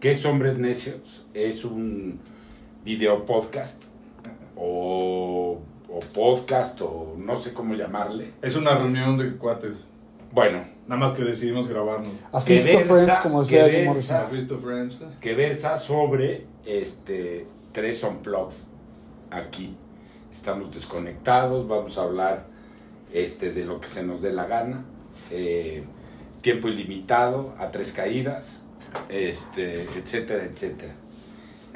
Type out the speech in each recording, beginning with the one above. ¿Qué es Hombres Necios? Es un video podcast o, o podcast o no sé cómo llamarle. Es una reunión de cuates. Bueno, Nada más que decidimos grabarnos. A Fist Que of Friends, versa, como decía que versa. Jim Morrison. ¿Has visto Friends? que versa sobre este tres unplugged aquí. Estamos desconectados, vamos a hablar este de lo que se nos dé la gana. eh, tiempo ilimitado, a tres caídas, este, etcétera, etcétera.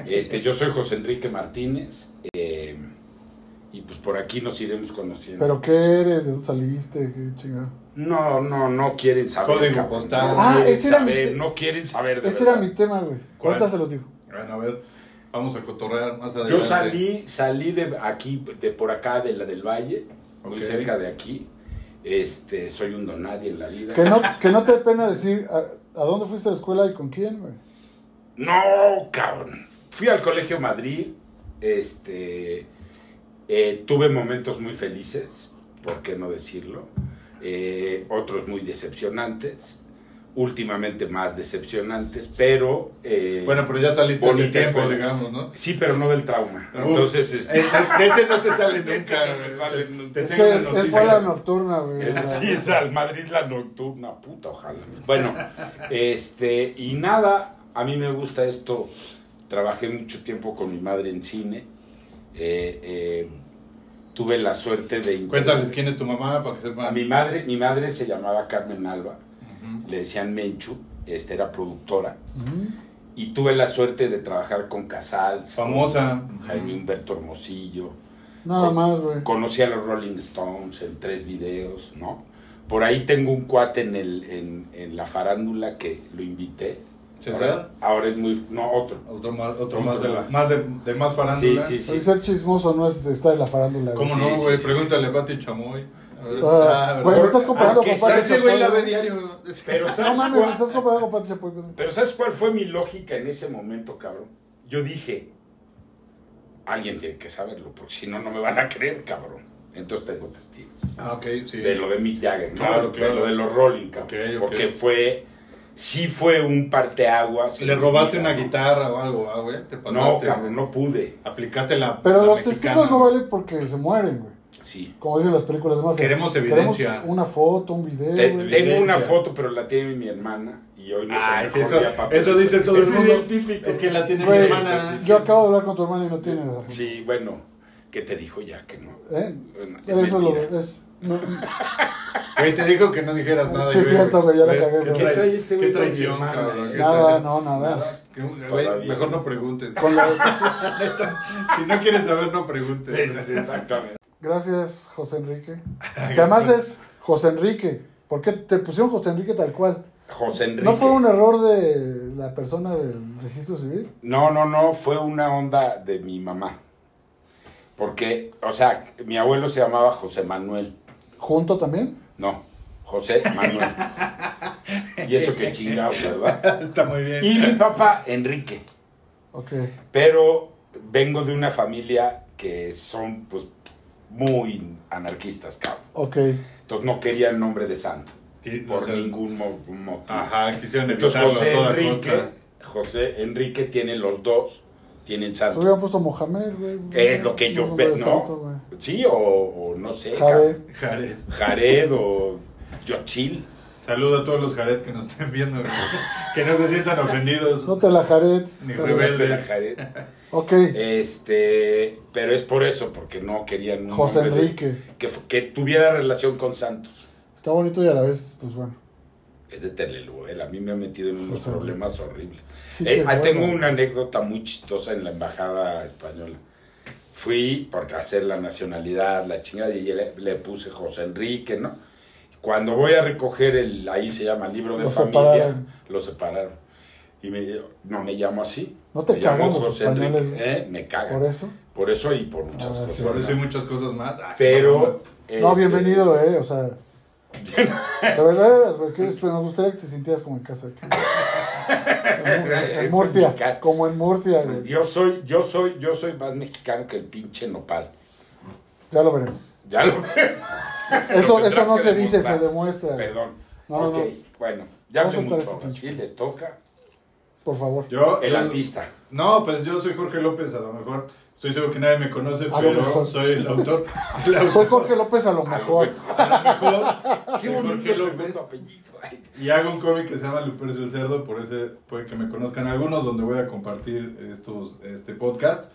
Este, yo soy José Enrique Martínez eh, y pues por aquí nos iremos conociendo. ¿Pero qué eres? ¿De dónde saliste? ¿Qué chingada? no, no, no quieren saber. Código cabrón, postal. no Ah, quieren ese era mi saber, te- No quieren saber. de Ese era verdad. mi tema, güey. ¿Cuál? Ahorita se los digo. Bueno, a ver, vamos a cotorrear más adelante. Yo salí, salí de aquí, de por acá, de la del Valle, muy Ok. cerca de aquí. Este, soy un donadie en la vida. Que no, que no te dé pena decir a, a dónde fuiste a la escuela y con quién, güey. No, cabrón. Fui al Colegio Madrid, este, eh, tuve momentos muy felices, por qué no decirlo, eh, otros muy decepcionantes, últimamente más decepcionantes, pero... eh, Bueno, pero ya saliste hace Bonita tiempo, escuela. digamos, ¿no? Sí, pero no del trauma. Uf. Entonces, este, Eh, De ese no se sale nunca. no se sale nunca. Te Es tengo que una él él noticia. fue a la nocturna, güey. o sea, Así es, al Madrid la nocturna, puta, ojalá. Bueno, este, y nada, a mí me gusta esto. Trabajé mucho tiempo con mi madre en cine. Eh, eh, tuve la suerte de... inter- Cuéntales quién es tu mamá para que A sepan. mi madre, mi madre se llamaba Carmen Alba, Ujú. le decían Menchu, este, era productora. Ujú. Y tuve la suerte de trabajar con Casals, con Famosa. Jaime Humberto Hermosillo, Nada Sí. más, güey. Conocí a los Rolling Stones en tres videos, ¿no? Por ahí tengo un cuate en, el, en, en la farándula que lo invité. Ahora, César. ahora es muy... No, otro. Otro más, Otro otro más de la. más. Más de, de más farándula. Sí, sí, sí. El Ser chismoso no es de estar en la farándula, güey. ¿Cómo Sí, no, sí, güey? sí. Pregúntale a Pati Chamoy. A ver. Ah, Ah, güey, por- me estás comparando porque con Pati ese Ese güey la ve Chapoy. diario. Pero No ¿sabes, mames, me cuál, estás comparando con Pati Chapoy, güey. pero ¿sabes cuál fue mi lógica en ese momento, cabrón? Yo dije, alguien tiene que saberlo, porque si no, no me van a creer, cabrón. Entonces tengo testigos. Ah, ok, sí. De lo de Mick Jagger, ¿no? Claro, De claro. lo de los Rolling, cabrón. Ok, ok. Porque fue... Sí fue un parteaguas. Le robaste una ¿no? guitarra o algo, ah, güey. Te No, pasaste. cabrón, no pude. Aplicaste la. Pero la los mexicana, testigos no valen porque se mueren, güey. Sí. Como dicen las películas de mafia. Queremos evidencia. una foto, un video, Te- Eh, güey. te- tengo una Evidencia. foto, pero la tiene mi hermana y hoy no es el Ah, mejor eso, día para eso pedirse. dice todo el Ese es mundo. típico. Es que la tiene mi Güey, hermana. sí, sí. Yo acabo de hablar con tu hermana y no tiene la foto. Sí, bueno, que te dijo ya que no. ¿Eh? Bueno, es Pero eso lo mentira. es. no, Güey, te dijo que no dijeras nada. Sí, es cierto, güey, ya la ¿Qué, cagué, güey. tra- ¿Qué trae este güey qué con mi traición, hermana, cabrón? eh? ¿Qué nada, traición? no, nada. Que- güey, Todavía. mejor no preguntes. Con la- si no quieres saber, no preguntes. Es- Exactamente. Gracias, José Enrique. Que además es José Enrique. ¿Por qué te pusieron José Enrique tal cual? José Enrique. ¿No fue un error de la persona del registro civil? No, no, no, fue una onda de mi mamá. Porque, o sea, mi abuelo se llamaba José Manuel. ¿Junto también? No, José Manuel. y eso que chingados, ¿verdad? Está muy bien. Y mi papá, Enrique. Ok. pero vengo de una familia que son pues muy anarquistas, cabrón. Ok. Entonces no quería el nombre de santo Sí, por o sea, ningún mo- motivo. Ajá, quisieron Entonces evitarlo a José toda Enrique, costa. José Enrique tiene los dos, tienen Te santo. hubieran puesto Mohamed, güey. Es lo que yo Un veo, nombre ¿no? santo, güey. Sí, o, o no sé, Jade. Jared. cabrón. Jared o Yochil. Saludo a todos los Jared que nos estén viendo. güey. Que no se sientan ofendidos. No te la jaretes. Ni Jared. rebelde. de la Jared. Ok. Eh, Este, pero es por eso, porque no querían un José nombre de- Enrique. que, fu- que tuviera relación con santos. Está bonito y a la vez, pues bueno. es de telenovela. A mí me ha metido en unos Ojalá. problemas horribles. Sí, Eh, qué ah, bueno. tengo una anécdota muy chistosa en la embajada española. Fui por hacer la nacionalidad, la chingada, y le, le puse José Enrique, ¿no? Cuando voy a recoger el, ahí se llama libro de Lo familia, separaron. lo separaron. Y me dijo, no me llamo así. No te me llamo cagan los españoles, Enrique. Eh, me cagan. Por Por, eso. eso y por muchas Ah, cosas. sí. Por eso y ¿no? muchas cosas más. Ah, Pero. No, este, bienvenido, eh. O sea. De verdad eras, güey. que eres, pero me gustaría que te sintieras como en casa. güey. En, Esta Este es en Murcia. mi casa. Este Como en Murcia, güey. Yo soy, yo soy, yo soy más mexicano que el pinche nopal. Ya lo veremos. Ya lo Eso, eso tendrás no que se dice, demostrar. se demuestra. güey. Perdón. No, ok, no, bueno, ya Vamos me a soltar mucho. este pinche. Sí, les toca. Por favor. Yo, El yo- artista. No, pues yo soy Jorge López, a lo mejor. Estoy seguro que nadie me conoce, Ah, A lo pero mejor. soy el autor. El autor. Soy Jorge López a lo mejor. A lo Ah, mejor. Qué soy bonito Jorge el López. segundo apellido. Ay, Y hago un cómic que se llama Lupercio el Cerdo, por ese puede que me conozcan algunos, donde voy a compartir estos, este podcast.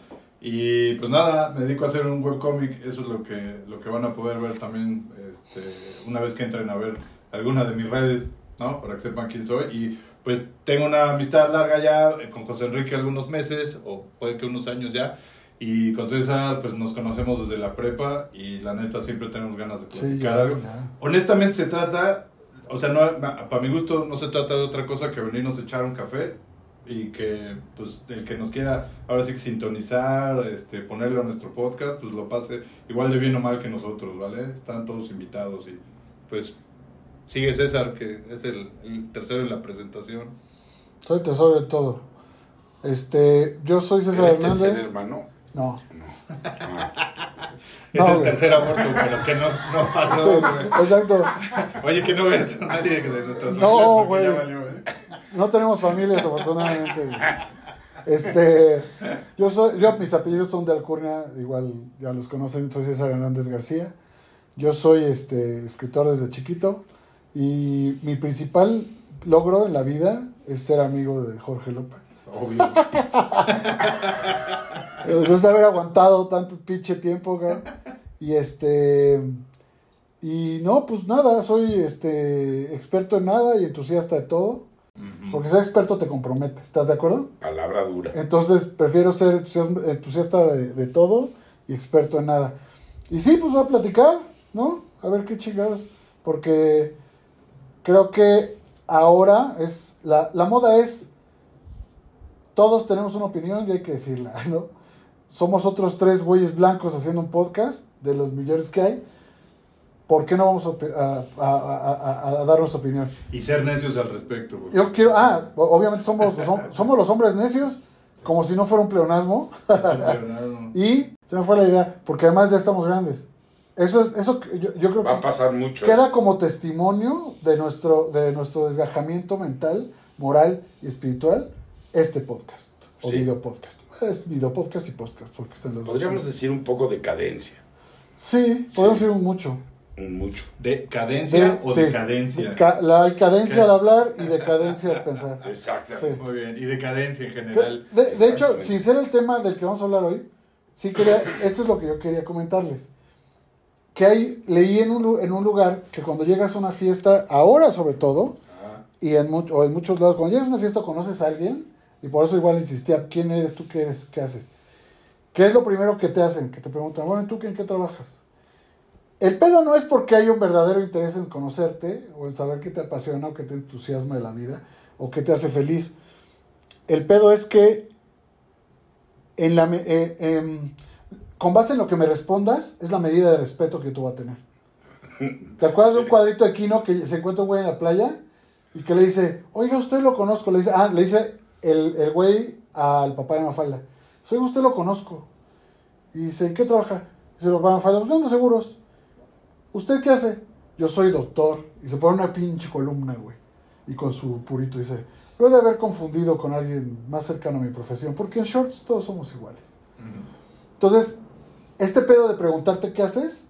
Y pues nada, me dedico a hacer un webcómic, eso es lo que, lo que van a poder ver también este, una vez que entren a ver alguna de mis redes, ¿no? Para que sepan quién soy. Y pues tengo una amistad larga ya eh, con José Enrique algunos meses, o puede que unos años ya. Y con César, pues nos conocemos desde la prepa y la neta siempre tenemos ganas de platicar Sí, ya. algo. ya. Honestamente se trata, o sea, no, para mi gusto no se trata de otra cosa que venirnos a echar un café y que pues el que nos quiera ahora sí que sintonizar, este, ponerle a nuestro podcast, pues lo pase igual de bien o mal que nosotros, ¿vale? Están todos invitados y pues sigue César, que es el, el tercero en la presentación. Soy tesoro de todo. Este, yo soy César ¿eres tercer Hernández. hermano? No. Ah, Es No, el güey. tercer aborto, pero que no, no Sí, pasó, güey. exacto. Oye, que no veas a nadie de nuestras No, familias porque ya güey. valió, ¿eh? No tenemos familias, afortunadamente. güey. Este, yo soy, yo mis apellidos son de Alcurnia, igual ya los conocen, soy César Hernández García. Yo soy este escritor desde chiquito y mi principal logro en la vida es ser amigo de Jorge López. Obvio. Eso es haber aguantado tanto pinche tiempo, güey. Y este. Y no, pues nada, soy este experto en nada y entusiasta de todo. Porque ser experto te compromete, ¿estás de acuerdo? palabra dura. Entonces prefiero ser entusias- entusiasta de, de todo y experto en nada. Y sí, pues voy a platicar, ¿no? A ver qué chingados. Porque creo que ahora es. La, la moda es. Todos tenemos una opinión y hay que decirla, ¿no? Somos otros tres güeyes blancos haciendo un podcast de los millones que hay. ¿Por qué no vamos a, opi- a- a- a- a- a dar nuestra opinión? Y ser necios al respecto, güey. Yo quiero, ah, o- obviamente somos, los hom- somos los hombres necios, como si no fuera un pleonasmo. Leonardo. Y se me fue la idea, porque además ya estamos grandes. Eso es, eso que yo, yo creo Va a que pasar mucho. Eh, queda como testimonio de nuestro, de nuestro desgajamiento mental, moral y espiritual, este podcast. O Sí. video podcast. Es video podcast y podcast, porque están los dos. Podríamos decir un poco de cadencia. Sí, podemos Sí. ir mucho. Un mucho. ¿De cadencia De- o sí. decadencia? Ca- la hay cadencia ¿Qué? al hablar y decadencia al pensar. Exacto. Sí. Muy bien, y decadencia en general. Que, De, de hecho, Exactamente. sin ser el tema del que vamos a hablar hoy, sí quería, esto es lo que yo quería comentarles. Que hay, leí en un, lu- en un lugar que cuando llegas a una fiesta, ahora sobre todo, Ah, y en, much- o en muchos lados, cuando llegas a una fiesta conoces a alguien, y por eso igual insistía, ¿quién eres tú? ¿Qué eres? ¿Qué haces? ¿Qué es lo primero que te hacen? Que te preguntan, bueno, ¿y ¿tú en qué trabajas? El pedo no es porque hay un verdadero interés en conocerte, o en saber qué te apasiona, o qué te entusiasma de la vida, o qué te hace feliz. El pedo es que en la, me- eh, em, con base en lo que me respondas es la medida de respeto que tú vas a tener. ¿Te acuerdas de un cuadrito de Kino que se encuentra un güey en la playa y que le dice, oiga, usted lo conozco? Le dice, ah, le dice el, el güey al papá de Mafalda, oiga, usted lo conozco. Y dice, ¿en qué trabaja? Dice el papá de Mafalda, pues vendo seguros. ¿Usted qué hace? Yo soy doctor. Y se pone una pinche columna, güey. Y con su purito dice, lo he de haber confundido con alguien más cercano a mi profesión, porque en shorts todos somos iguales. Entonces, este pedo de preguntarte qué haces,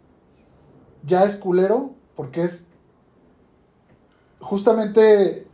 ya es culero, porque es justamente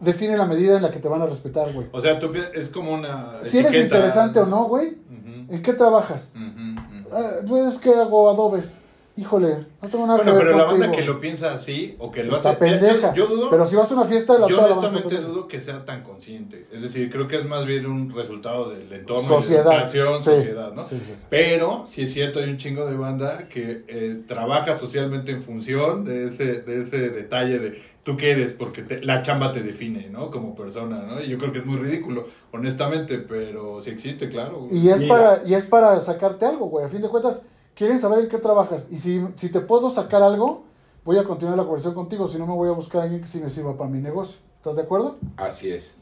define la medida en la que te van a respetar, güey. O sea, tú pi- es como una. Si eres etiqueta. interesante o no, güey, Ujú, ¿en qué trabajas? ujú, ujú. "Ah, pues es que hago adobes. Híjole, no tengo nada Bueno, que ver pero la contigo. banda que lo piensa así o que lo Está hace. pendeja. Yo, yo dudo. pero si vas a una fiesta, la yo toda la banda está honestamente pendeja. dudo que sea tan consciente. Es decir, creo que es más bien un resultado del entorno, y de la sociedad, educación, sí, sociedad, ¿no? sí, sí, sí. Pero sí es cierto, hay un chingo de banda que eh, trabaja socialmente en función de ese, de ese detalle de tú qué eres, porque te- la chamba te define, ¿no? Como persona, ¿no? Y yo creo que es muy ridículo, honestamente, pero sí existe, claro. Y es, Mira. para, y es para sacarte algo, güey. A fin de cuentas, quieren saber en qué trabajas. Y si, si te puedo sacar algo, voy a continuar la conversación contigo. Si no, me voy a buscar a alguien que sí me sirva para mi negocio. ¿Estás de acuerdo? Así es.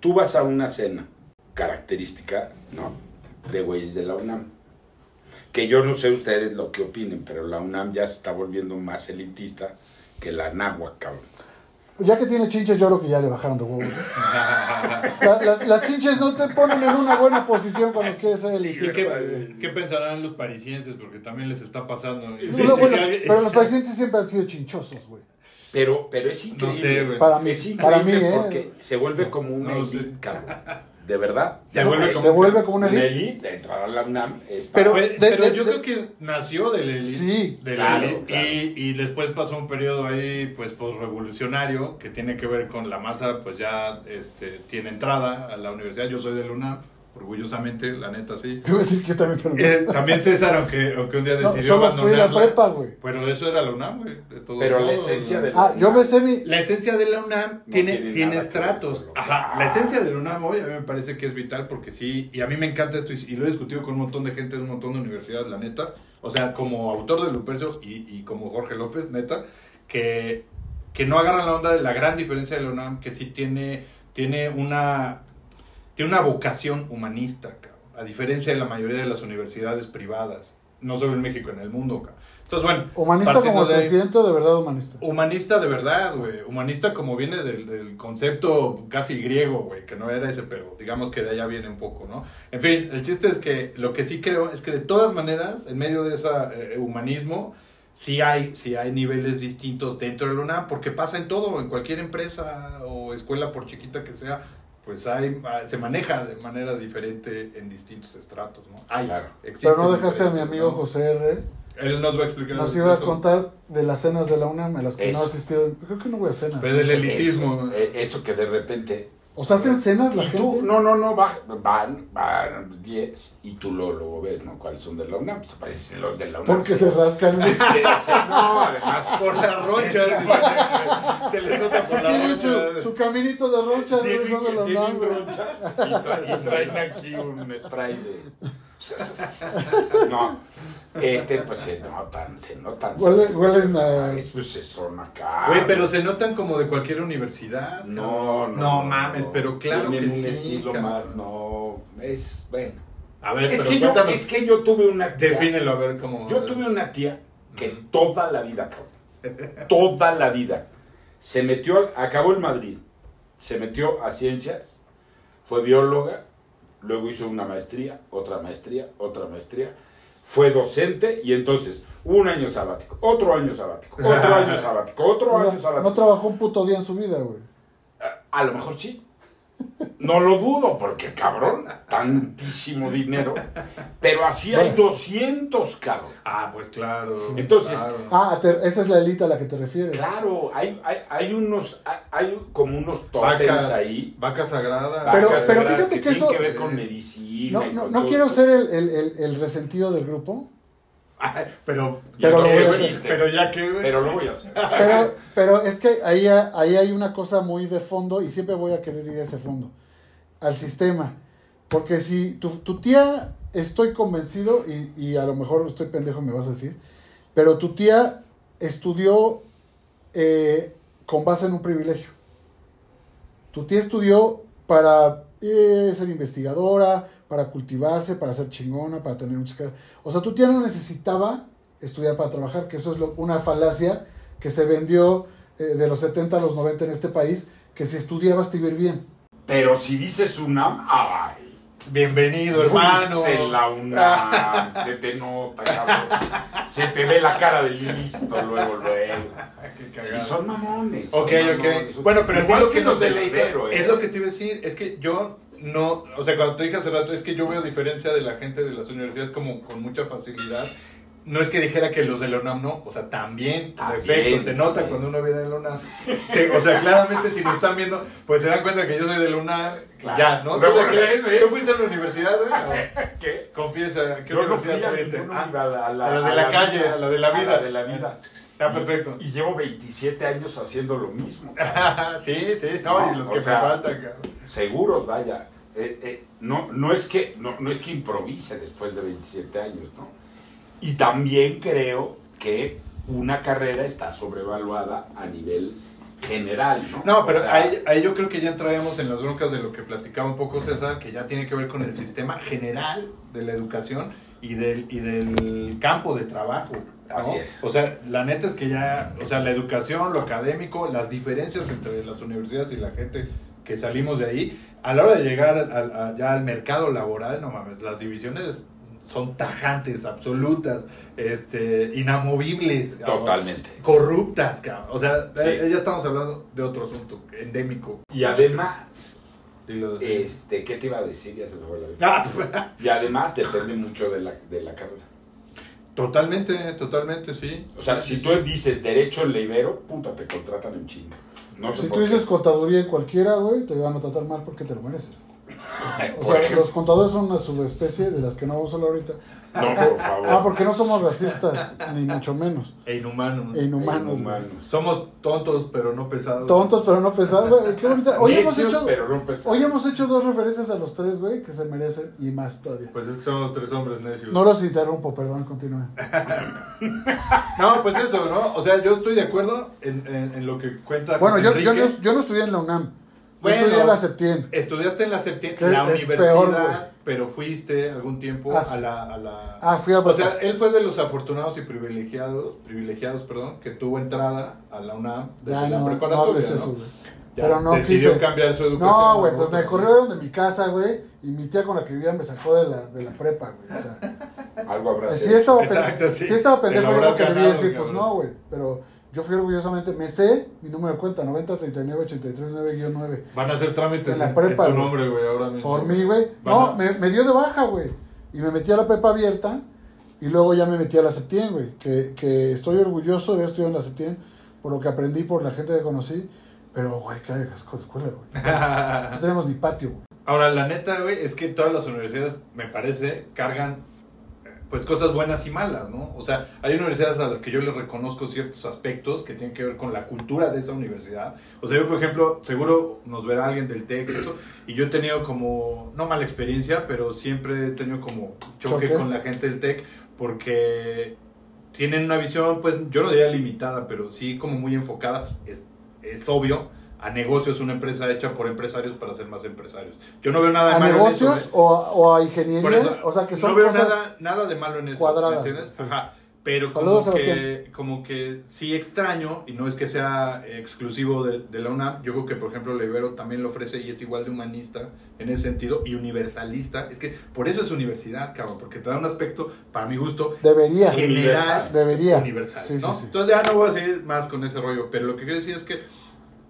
Tú vas a una cena característica, no, de güeyes de la UNAM. Que yo no sé ustedes lo que opinen, pero la UNAM ya se está volviendo más elitista que la NAGUA, cabrón. Ya que tiene chinches, yo creo que ya le bajaron de huevo. La- las- las chinches no te ponen en una buena posición cuando quieres Sí, ser ¿Qué, elitista. güey. qué, qué pensarán los parisienses? Porque también les está pasando. Sí, Pero bueno, si alguien- pero los pacientes siempre han sido chinchosos, güey. Pero, pero es No increíble. sé, güey. Para mí, Es increíble para mí, ¿eh? porque se vuelve como una no lo sé. elite, cabrón. De verdad. Se vuelve se como- vuelve como una elite. Entrar a la UNAM es Pero- para- Pues, de- pero de- yo de- creo que nació del elite. Sí, del claro, elite, claro. Y, y después pasó un periodo ahí, pues, postrevolucionario, que tiene que ver con la masa, pues ya este, tiene entrada a la universidad. Yo soy de UNAM, orgullosamente, la neta, sí. Te iba a decir que yo también, pero no. Eh, también César, aunque, aunque un día No, decidió solo fui a la abandonarla. prepa, güey. Pero eso era la UNAM, güey. de todos Pero la modos, esencia güey. de Ah, yo me sé mi. La esencia de la UNAM No tiene, tiene tiene, nada que ver estratos. con lo que- Ajá, la esencia de la UNAM hoy a mí me parece que es vital porque sí, y a mí me encanta esto y, y lo he discutido con un montón de gente de un montón de universidades, la neta. O sea, como autor de Lupercio y, y como Jorge López, neta, que, que no agarran la onda de la gran diferencia de la UNAM, que sí tiene, tiene una tiene una vocación humanista, cabrón, a diferencia de la mayoría de las universidades privadas, no solo en México, en el mundo. cabrón. Entonces, bueno, Humanista partiendo como el de ahí- presidente, o de verdad humanista. Humanista de verdad, güey. Humanista como viene del, del concepto casi griego, güey, que no era ese, pero digamos que de allá viene un poco, ¿no? En fin, el chiste es que lo que sí creo es que de todas maneras, en medio de ese humanismo, sí hay, sí hay niveles distintos dentro de la UNAM, porque pasa en todo, en cualquier empresa o escuela, por chiquita que sea, pues hay, ah, se maneja de manera diferente en distintos estratos, ¿no? Hay, Claro. Pero existen no dejaste a mi diferencias, amigo ¿no? José R. Él nos va a explicar. Nos eso. iba a contar de las cenas de la UNAM a las que Eso. no he asistido. Creo que no voy a cenas. Pero el elitismo. eso, eh, eso que de repente O sea, hacen cenas la Y gente. tú, no, no, no, va- van, van 10 y tú lo, luego ves, ¿no? ¿Cuáles son de la UNAM? Pues aparecen los de la UNAM. Porque se rascan. güey. Sí, sí, no, además. Por las ronchas, güey. Se les nota por la Tienen roncha. su, su caminito de ronchas, güey, son de la UNAM, Tienen güey. ronchas y, tra- y traen aquí un spray de. No, este pues se notan, se notan. se- Huelen- se- huelen a- Es, pues se son acá. Güey, pero se notan como de cualquier universidad. No, no. No mames, pero claro Tienen que un sí, estilo cabrón. más, no. Es, bueno. A ver, Es pero que, yo, cuéntanos. es que yo tuve una. tía- Defínelo, a ver cómo. Yo tuve una tía que Ujú. toda la vida, cabrón, toda la vida, se metió, acabó en Madrid, se metió a ciencias, fue bióloga, luego hizo una maestría, otra maestría, otra maestría, fue docente y entonces un año sabático, otro año sabático, otro año sabático, otro año No, no sabático. trabajó un puto día en su vida, güey. A lo mejor sí. No lo dudo, porque cabrón, tantísimo dinero. Pero así hay 200, cabrón. Ah, pues claro. Entonces, claro. Ah, te- esa es la elita a la que te refieres. Claro, hay, hay, hay unos, hay, hay como unos tótems Vaca- ahí. Vaca sagrada. Pero- vacas pero sagradas fíjate que tienen eso- que ver eh, con medicina. No, y no, con no todo quiero esto. ser el, el- el- el resentido del grupo, Ay, pero. Pero lo voy a ya que, hacer. pero ya que, güey. Pero lo voy a hacer. pero, pero es que ahí, ha- ahí hay una cosa muy de fondo y siempre voy a querer ir a ese fondo, al sistema. Porque si tu, tu tía, estoy convencido, y, y a lo mejor estoy pendejo, me vas a decir, pero tu tía estudió eh, con base en un privilegio. Tu tía estudió para eh, ser investigadora, para cultivarse, para ser chingona, para tener muchas car- O sea, tu tía no necesitaba estudiar para trabajar, que eso es lo- una falacia que se vendió eh, de los 70 a los 90 en este país, que si estudiabas te iba a ir bien. Pero si dices UNAM, ¡ay! Bienvenido, hermano. Fuiste la UNAM. Se te nota, cabrón. Se te ve la cara de listo luego, luego. Qué Sí, cagado. son mamones. son Ok, mamones. ok. Bueno, pero Igual entiendo que nos de deleita. Ibero, ¿eh? Es lo que te iba a decir. Es que yo no. O sea, cuando te dije hace rato, es que yo veo diferencia de la gente de las universidades como con mucha facilidad. No es que dijera que los de la UNAM no, o sea, también, También, perfecto, se nota también. cuando uno viene de la UNAM. Se- o sea, claramente si nos están viendo, pues se dan cuenta que yo soy de la UNAM, Claro. ya, ¿no? Luego ¿Tú, de qué- regreso, ¿eh? ¿Tú fuiste a la universidad, güey? ¿Qué? No. Confiesa, Yo ¿qué no fui universidad a fuiste? ninguna, Ah, iba a la, a la- a la de a la calle, a la de la vida. de la vida. está Ah, perfecto. Y llevo 27 años haciendo lo mismo. sí, sí, no, y los No, que o sea, me faltan, cabrón. seguros, vaya. Eh, eh, no, no, es que, no, no es que improvise después de 27 años, ¿no? Y también creo que una carrera está sobrevaluada a nivel general, ¿no? No, pero O sea, ahí, ahí yo creo que ya traemos en las broncas de lo que platicaba un poco César, que ya tiene que ver con el sistema general de la educación y del, y del campo de trabajo. ¿no? Así es. O sea, la neta es que ya, o sea, la educación, lo académico, las diferencias entre las universidades y la gente que salimos de ahí, a la hora de llegar al- a- ya al mercado laboral, no mames, las divisiones son tajantes, absolutas, este, inamovibles. cabrón. Totalmente. Corruptas, cabrón. O sea, Sí. eh, ya estamos hablando de otro asunto, endémico. Y además, Dilo, dilo. este, ¿qué te iba a decir? Ya se me fue la vida. Ah, pf. Y además depende mucho de la, de la carrera. Totalmente, totalmente, sí. O sea, si tú dices derecho en la Ibero, puta, te contratan en chinga. No sé Si por tú qué. dices contaduría en cualquiera, güey, te van a tratar mal porque te lo mereces. O Por sea, ejemplo. los contadores son una subespecie de las que no vamos a hablar ahorita. No, por favor. Ah, porque no somos racistas, ni mucho menos. E inhumanos. E inhumanos, güey. Humanos. Somos tontos, pero no pesados. Tontos, pero no pesados, güey. Qué bonita. Hoy hemos Necios, hecho, pero no pesados. hoy hemos hecho dos referencias a los tres, güey, que se merecen y más todavía. Pues es que somos tres hombres necios. No No, los interrumpo, perdón, continúa. Ah, pues eso, ¿no? O sea, yo estoy de acuerdo en, en- en lo que cuenta. Bueno, pues José yo, yo, no, Enrique. yo no estudié en la UNAM. Yo Bueno. estudié en la Septien. Estudiaste en la septiembre, ¿Qué? la Es universidad, peor, güey. pero fuiste algún tiempo Ah, a sí. la. a la- Ah, fui a o sea, él fue de los afortunados y privilegiados, privilegiados, perdón, que tuvo entrada a la UNAM desde la Ya no, no preparatoria. hables ¿no? eso, güey. Ya pero no decidió quise. cambiar su educación. No, güey, a pues me otra. corrieron de mi casa, güey, y mi tía con la que vivía me sacó de la, de la prepa, güey. O sea, Algo habrá si sido. estaba, Exacto, pendejo, sí. sí. estaba Te lo pendejo, yo habrás creo que debía ganado, decir, pues cabrón. no, güey. Pero yo fui orgullosamente, me sé mi número de cuenta, 9039-839-9. Van a hacer trámites En la prepa, en tu güey. nombre, güey, ahora mismo. Por mí, güey. Van a- No, me, me dio de baja, güey. Y me metí a la prepa abierta, y luego ya me metí a la Septien, güey. Que, que estoy orgulloso de haber estudiado en la Septien, por lo que aprendí, por la gente que conocí. Pero, güey, qué asco de escuela, güey. Ah. No tenemos ni patio, güey. Ahora, la neta, güey, es que todas las universidades, me parece, cargan eh, pues cosas buenas y malas, ¿no? O sea, hay universidades a las que yo les reconozco ciertos aspectos que tienen que ver con la cultura de esa universidad. O sea, yo, por ejemplo, seguro nos verá alguien del TEC, eso, y yo he tenido como, no mala experiencia, pero siempre he tenido como choque, Choque. con la gente del TEC porque tienen una visión, pues yo no diría limitada, pero sí como muy enfocada, es, es obvio, a negocios, una empresa hecha por empresarios para ser más empresarios. Yo no veo nada de a malo en negocios eso. ¿eh? o, o a Por ingeniería. eso, o sea, que son no veo cosas. nada, nada de malo en eso. cuadradas, ¿me entiendes? sí. Ajá. Pero Saludos, como, que, como que sí extraño, y no es que sea exclusivo de, de la UNAM, yo creo que por ejemplo la Ibero también lo ofrece y es igual de humanista en ese sentido y universalista. Es que por eso es universidad, cabrón, porque te da un aspecto, para mi gusto, Debería. general, Universal. Debería. universal, Sí, ¿no? sí, sí. Entonces ya no voy a seguir más con ese rollo, pero lo que quiero decir es que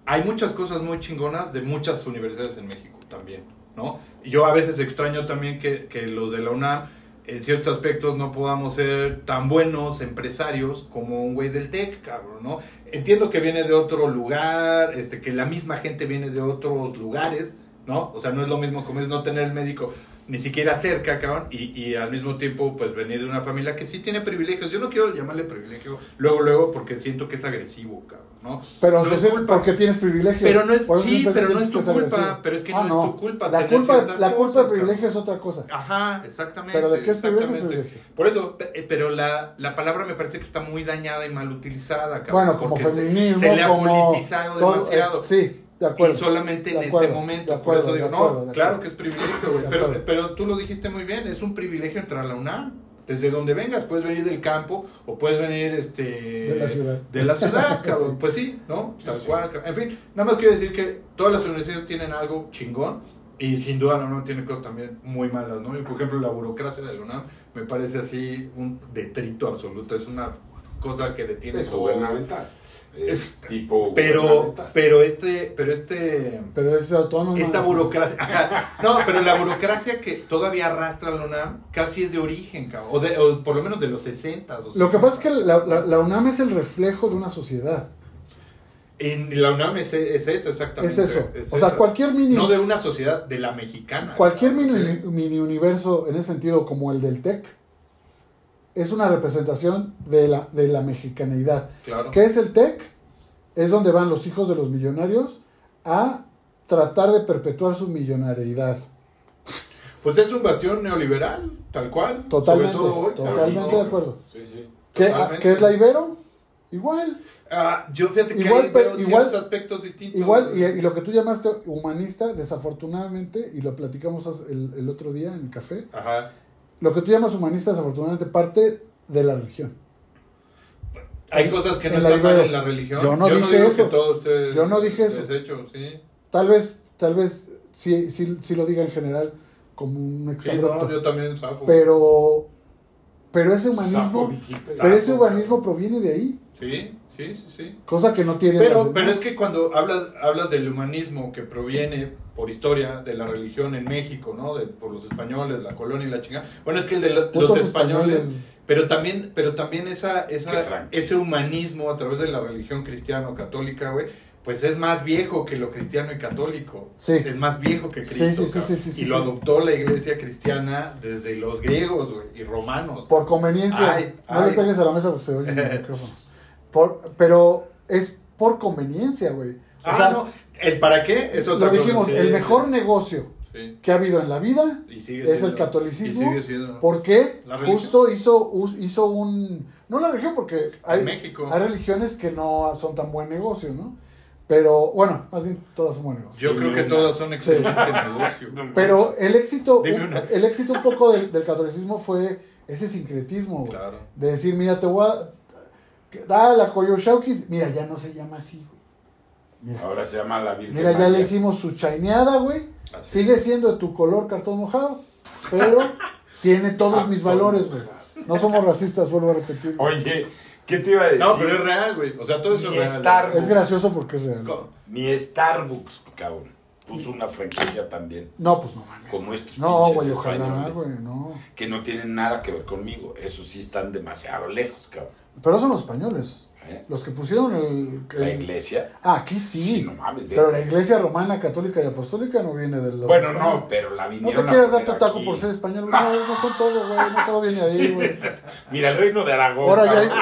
hay muchas cosas muy chingonas de muchas universidades en México también, ¿no? Y yo a veces extraño también que, que los de la UNAM en ciertos aspectos no podamos ser tan buenos empresarios como un güey del TEC, cabrón, ¿no? Entiendo que viene de otro lugar, este, que la misma gente viene de otros lugares, ¿no? O sea, no es lo mismo como es no tener el médico ni siquiera cerca, cabrón, y, y al mismo tiempo, pues venir de una familia que sí tiene privilegios. Yo no quiero llamarle privilegio luego, luego, porque siento que es agresivo, cabrón, ¿no? Pero No es sí, culpa. porque tienes privilegios. Pero no es- Por eso sí, siempre pero no tienes es tu que ser culpa, agresivo. pero es que Ah, no es tu culpa La tener culpa, ciertas la culpa cosas, de privilegio es otra cosa. Ajá, exactamente. Pero de qué es privilegio es exactamente. privilegio. Por eso, pe- eh, pero la, la palabra me parece que está muy dañada y mal utilizada, cabrón. Bueno, como porque se- feminismo, Se, le ha como politizado todo, eh, demasiado. sí, Y de acuerdo. solamente en De acuerdo, este momento. de acuerdo, por eso de digo, acuerdo, no, de claro acuerdo. que es privilegio, güey. De Pero, acuerdo. pero tú lo dijiste muy bien, es un privilegio entrar a la UNAM. Desde donde vengas, puedes venir del campo o puedes venir este, De la ciudad. De la ciudad, cabrón. Sí. Pues sí, ¿no? Tal sí. cual. cabrón. En fin, nada más quiero decir que todas las universidades tienen algo chingón y sin duda la UNAM tiene cosas también muy malas, ¿no? Y por ejemplo, la burocracia de la UNAM me parece así un detrito absoluto. Es una cosa que detiene Es todo. gubernamental. Es Es- tipo Pero, gubernamental. pero este, pero este, Pero es autónomo. esta burocracia, ajá. no, pero la burocracia que todavía arrastra la UNAM casi es de origen, cabrón, o, de- o por lo menos de los 60 Lo que pasa es que la, la- la UNAM es el reflejo de una sociedad. en la UNAM es, es eso Es exactamente. eso. es o sea, eso. cualquier mini, no de una sociedad de la mexicana. cualquier cabrón, mini, sí. mini universo en ese sentido, como el del TEC, es una representación de la, de la mexicanidad. Claro. ¿Qué es el TEC? Es donde van los hijos de los millonarios a tratar de perpetuar su millonariedad. Pues es un bastión neoliberal, tal cual. Totalmente, sobre todo hoy, cabrón, totalmente ¿no? de acuerdo. Sí, sí. ¿Qué, Totalmente. qué es la Ibero? Igual, Ah, yo fíjate que Igual, ahí pero- veo igual- ciertos aspectos distintos. igual, y, y lo que tú llamaste humanista, desafortunadamente, y lo platicamos hace- el, el otro día en el café, Ajá. lo que tú llamas humanista, desafortunadamente, parte de la religión. Hay cosas que no en la están mal Ibero. en la religión. Yo no dije digo eso. Que todo esté Yo no dije eso. deshecho, sí. Tal vez, tal vez, sí, sí, sí lo diga en general como un Sí, exabrupto. no, yo también zafo. pero, pero ese Zafo, humanismo, dijiste. pero ese Zafo. humanismo proviene de ahí. Sí, sí, sí, sí. Cosa que no tiene. las Pero, demás. pero es que cuando hablas, hablas del humanismo que proviene por historia de la religión en México, ¿no? De, por los españoles, la colonia y la chingada. Bueno, es que el de lo- Putos los españoles, españoles. Pero también, pero también esa, Qué esa, franquista. ese humanismo a través de la religión cristiana o católica, güey, pues es más viejo que lo cristiano y católico. Sí. Es más viejo que Sí, Cristo. sí, sí, cabrón. sí, sí, sí, y lo sí. adoptó la iglesia cristiana desde los griegos, güey, y romanos. Por conveniencia. Ay, no le ay. pegues a la mesa porque se oye el micrófono. Por- pero es por conveniencia, güey. O ah, sea, no. ¿El para qué? Es otra lo cosa. dijimos, Sí, el sí, mejor negocio sí. que ha habido en la vida Y sigue es siendo. el catolicismo. Y sigue siendo. Porque ¿La religión? justo hizo, us- hizo un... No la religión, porque hay, En México. hay religiones que no son tan buen negocio, ¿no? Pero bueno, más bien todas son buen negocio. Yo creo que todas son Sí. excelentes negocios. Pero el éxito, Dime un- una. el éxito un poco del, del catolicismo fue ese sincretismo, güey. Claro. De decir, mira, te voy a... que- Ah, la Coyoshaukis. Mira, ya no se llama así, güey. Mira, Ahora se llama la Virgen. mira ya María. le hicimos su chaineada, güey. Sigue siendo de tu color cartón mojado, pero tiene Ah, todos mis valores, güey. No somos racistas, vuelvo a repetir. Oye, ¿qué te iba a decir? No, pero es real, güey. O sea, todo eso Ni es real. Star- Es gracioso porque es real. Co- Ni Starbucks, cabrón. Puso una franquicia también. No, pues no mames. Como estos No, pinches güey, ojalá, españoles. güey, no. Que no tienen nada que ver conmigo. Esos sí están demasiado lejos, cabrón. Pero son los españoles. ¿Eh? Los que pusieron el. el- La iglesia. Ah, aquí sí. Sí, no mames, ve. pero la iglesia romana, católica y apostólica no viene de los. Bueno, españoles. no, pero la No vinieron te a quieras dar poner tu taco aquí. por ser español, güey. No, no son todos, güey. No todo viene de ahí, güey. Mira, el reino de Aragón. Ahora ya, cabrón.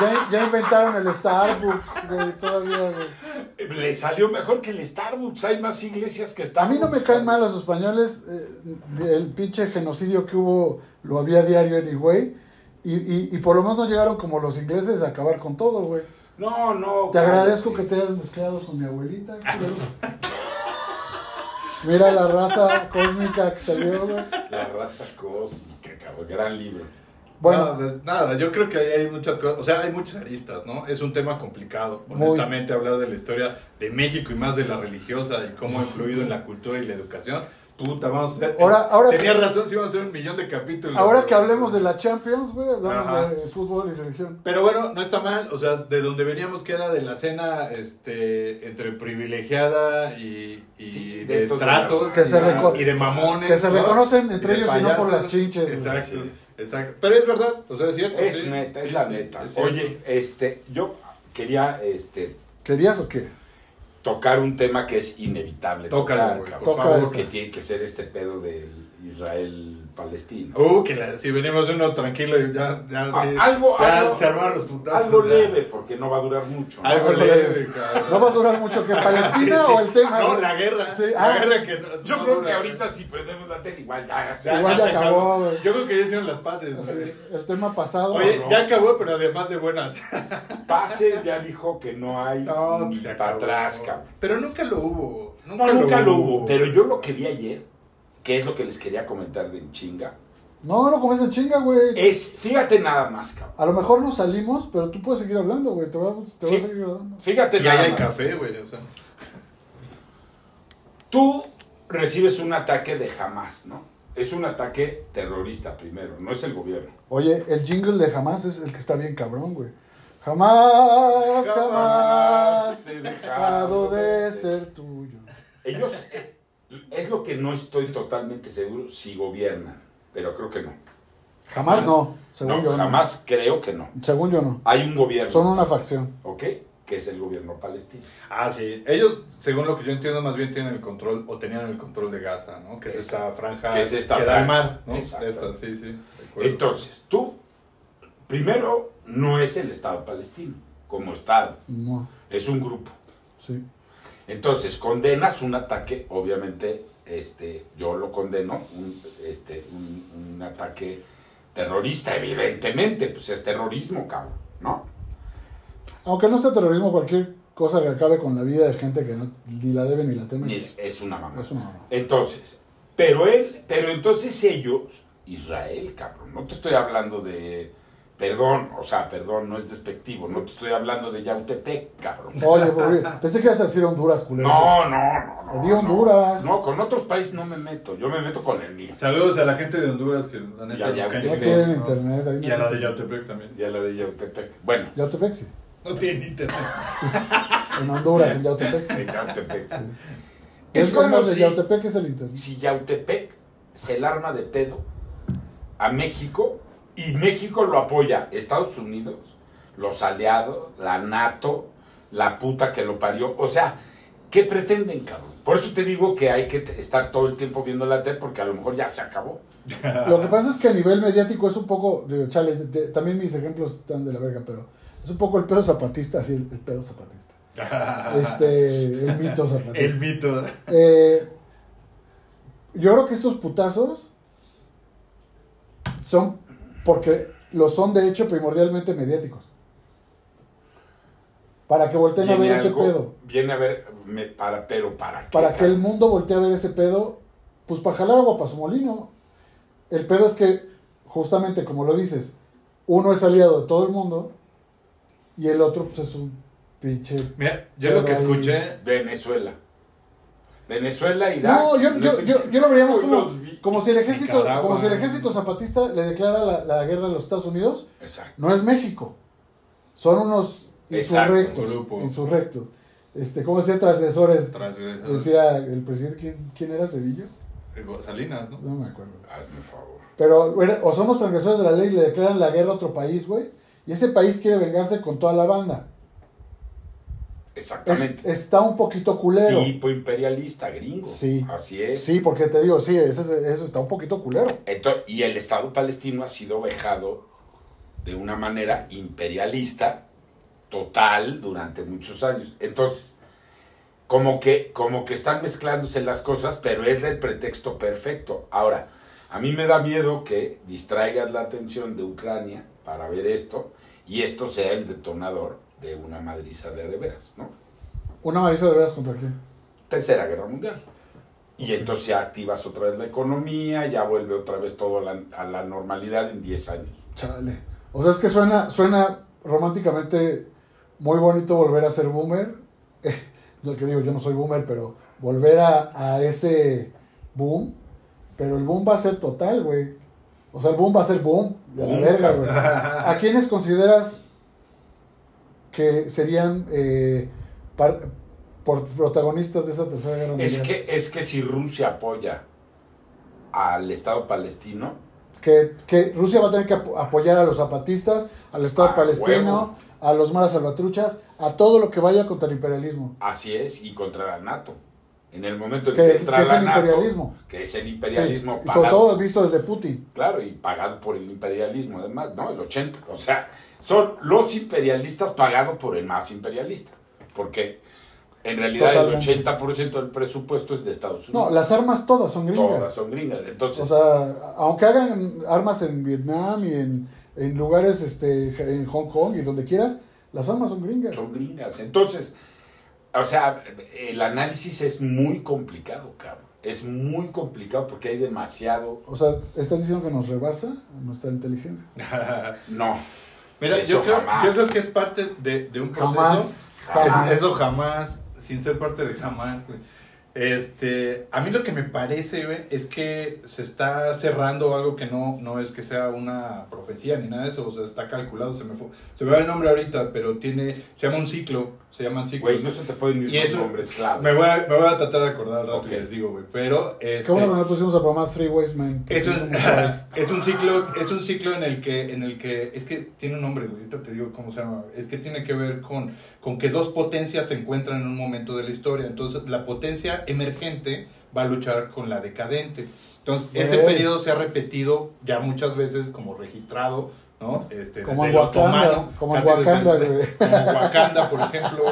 ya, ya inventaron el Starbucks, güey, todavía, güey. Le salió mejor que el Starbucks. Hay más iglesias que A Starbucks. mí no me caen cabrón. mal los españoles. eh, el pinche genocidio que hubo lo había diario anyway. Y, y, y por lo menos no llegaron como los ingleses a acabar con todo, güey. No, no. Te cállate. agradezco que te hayas mezclado con mi abuelita. culero. Mira la raza cósmica que salió, güey. La raza cósmica, cabrón. Gran libro. Bueno, Nada, nada, yo creo que ahí hay muchas cosas, o sea, hay muchas aristas, ¿no? Es un tema complicado, Muy. honestamente, hablar de la historia de México y más de la religiosa y cómo ha influido en la cultura y la educación. Puta, vamos a hacer. Ahora- ahora- Tenía razón, sí, vamos a hacer un millón de capítulos. ahora pero- que hablemos de la Champions, güey, hablamos Ajá. de fútbol y religión. Pero bueno, no está mal, o sea, de donde veníamos que era de la cena este, entre privilegiada y, y Sí, de de, estos de la- estratos Que se y, de- reco- y de mamones. que se ¿no? reconocen entre Y de ellos y no por payasos. las chinches, güey. Exacto, Así exacto. Pero es verdad, o sea, es cierto. Es sí, neta, sí, es la sí, neta. es cierto. Oye, este, yo quería este, ¿Querías o qué? tocar un tema que es inevitable. Tócalo, tocar, güey, cabrón. por Toca favor. esto. que tiene que ser este pedo del Israel-Palestina. Uh, que la- si venimos de uno tranquilo, y ya, ya, Ah, sí. algo- ya algo- se armaron los putazos. Algo ya. leve, porque no va a durar mucho. ¿no? Algo Algo leve, leve. cabrón. No va a durar mucho que Palestina Sí, sí. o el tema. No, güey? la guerra. Sí, la ah, guerra que no- Yo no creo dura. que ahorita si prendemos la tele, igual ya, o sea, Igual ya ya se acabó, güey. Yo creo que ya hicieron las pases. Así, El tema pasado. Oye, no. ya acabó, pero además de buenas. Pases ya dijo que no hay ni pues, se para acabó. atrás, cabrón. Pero nunca lo hubo. Nunca, No, nunca lo hubo. Pero yo lo que vi ayer, que es lo que les quería comentar de en chinga, No, no comienza en chinga, güey. es, fíjate nada más, cabrón. A lo mejor no salimos, pero tú puedes seguir hablando, güey. Te voy a, te voy a Sí. seguir hablando. Fíjate Y nada ahí hay más. café, güey. O sea. Tú recibes un ataque de jamás, ¿no? Es un ataque terrorista primero, no es el gobierno. Oye, el jingle de jamás es el que está bien cabrón, güey. Jamás, jamás he dejado de ser tuyo. Ellos, eh, es lo que no estoy totalmente seguro si gobiernan, pero creo que no. Jamás no, según No, yo jamás creo que no. no. Según yo no. Hay un gobierno, Son una facción. ¿ok? Que es el gobierno palestino. Ah, sí. Ellos, según lo que yo entiendo, más bien tienen el control o tenían el control de Gaza, ¿no? Que es esta franja Que es esta da al franja. mar, ¿no? Exacto. Esta, sí, sí. de acuerdo. Entonces, tú, primero, no es el Estado palestino como Estado, No, es un grupo. sí. Entonces, condenas un ataque, obviamente, este, yo lo condeno, un, este, un, un ataque terrorista, evidentemente, pues es terrorismo, cabrón, ¿no? Aunque no sea terrorismo, cualquier cosa que acabe con la vida de gente que no, ni la debe ni la teme. pues, Ni- Es una mamá. Eso no. Entonces, pero él, pero entonces ellos, Israel, cabrón, no te estoy hablando de Perdón, o sea, perdón, no es despectivo, no te estoy hablando de Yautepec, cabrón. Oye, pobre, pensé que ibas a decir Honduras, culero. No, no, no. no, O di Honduras. No, no, con otros países no me meto, yo me meto con el mío. Saludos a la gente de Honduras que la Y a neta nos cae Yautepec. No bien, tienen ¿no? internet. Ahí Y a la de Yautepec también. Y a la de Yautepec. Bueno, Yautepec, sí. No tienen internet. En Honduras, en Yautepec, sí. de Yautepec. Es, Es como de si- Yautepec es el internet. si Yautepec se el arma de pedo a México y México lo apoya, Estados Unidos, los aliados, la NATO, la puta que lo parió. O sea, ¿qué pretenden, cabrón? Por eso te digo que hay que t- estar todo el tiempo viendo la tele porque a lo mejor ya se acabó. Lo que pasa es que a nivel mediático es un poco, digo, chale, de- de- también mis ejemplos están de la verga, pero es un poco el pedo zapatista, sí, el, el pedo zapatista. Este, el mito zapatista. El mito. Eh, yo creo que estos putazos son porque lo son de hecho primordialmente mediáticos. Para que volteen a ver ese algo- pedo. Viene a ver, me- para, pero ¿para qué? Para que el cabrón? mundo voltee a ver ese pedo, pues para jalar agua para su molino. El pedo es que, justamente como lo dices, uno es aliado de todo el mundo y el otro pues es un pinche... Mira, yo lo que Pero ahí- escuché. Venezuela. Venezuela, Irak. No, yo, yo, sé- yo, yo lo veríamos Hoy como, los vi. como si el ejército, Nicaragua. como si el ejército zapatista le declara la, la guerra a los Estados Unidos, Exacto. no es México. Son unos Exacto, insurrectos. un grupo. Insurrectos. Este, ¿cómo decía transgresores? Transgresor. Decía el presidente, ¿quién, quién era Cedillo? Salinas, ¿no? No me acuerdo. Hazme favor. Pero era- o son los transgresores de la ley y le declaran la guerra a otro país, güey. Y ese país quiere vengarse con toda la banda. Es- Exactamente. está un poquito culero. tipo imperialista gringo. Sí. Así es. Sí, porque te digo, sí, eso, eso está un poquito culero. Ento- y el Estado palestino ha sido vejado de una manera imperialista total durante muchos años. Entonces, como que, como que están mezclándose las cosas, pero es el pretexto perfecto. Ahora, a mí me da miedo que distraigas la atención de Ucrania para ver esto y esto sea el detonador de una madriza de a de veras, ¿no? Una madriza de veras contra quién. Tercera Guerra Mundial. Y entonces ya activas otra vez la economía, ya vuelve otra vez todo a la, a la normalidad en 10 años. Chale. O sea, es que suena, suena románticamente muy bonito volver a ser boomer. Eh, lo que digo, yo no soy boomer, pero volver a, a ese boom. Pero el boom va a ser total, güey. O sea, el boom va a ser boom. Y a la Boom, verga, cabrón. güey. ¿A quiénes consideras que serían eh, par- por- protagonistas de esa tercera guerra mundial? Es que, es que si Rusia apoya al Estado palestino, que, que Rusia va a tener que apo- apoyar a los zapatistas, al Estado Ah, palestino, huevo. a los maras salvatruchas, a todo lo que vaya contra el imperialismo. así es, y contra la NATO. En el momento en Que que es- entra que es la el NATO, imperialismo. que es el Sí, imperialismo y sobre pagado, todo visto desde Putin. claro, y pagado por el imperialismo, además, ¿no? El 80. O sea, son los imperialistas pagados por el más imperialista. Porque en realidad Totalmente. el 80% del presupuesto es de Estados Unidos. No, las armas todas son Todas gringas. son gringas. Entonces, O sea, aunque hagan armas en Vietnam y en, en lugares, este, en Hong Kong y donde quieras, las armas son gringas. son gringas. Entonces, o sea, el análisis es muy complicado, cabrón. Es muy complicado porque hay demasiado. O sea, ¿estás diciendo que nos rebasa nuestra inteligencia? No, Mira, Eso yo creo, jamás. yo creo que es parte de, de un proceso. Jamás. Es- Jamás. Eso jamás, sin ser parte de jamás. güey. Este, a mí lo que me parece, güey, es que se está cerrando algo que no, no es que sea una profecía ni nada de eso, o sea, está calculado, se me fue, se me va el nombre ahorita, pero tiene, se llama un ciclo, se llaman ciclos. güey, no se te pueden y ir los eso, nombres claves. me voy, a, me voy a tratar de acordar al rato Ok. y les digo, güey, pero... Qué Este, bueno que no le pusimos a programar Three Ways Man. eso es, Porque somos es un ciclo, es un ciclo en el que, en el que, es que tiene un nombre, güey, ahorita te digo cómo se llama, es que tiene que ver con, con que dos potencias se encuentran en un momento de la historia, entonces la potencia emergente va a luchar con la decadente, entonces ese Güey. periodo se ha repetido ya muchas veces como registrado, ¿no? Este, Como desde en el Wakanda, otomano, como en casi desde- Wakanda, güey. como Wakanda, por ejemplo,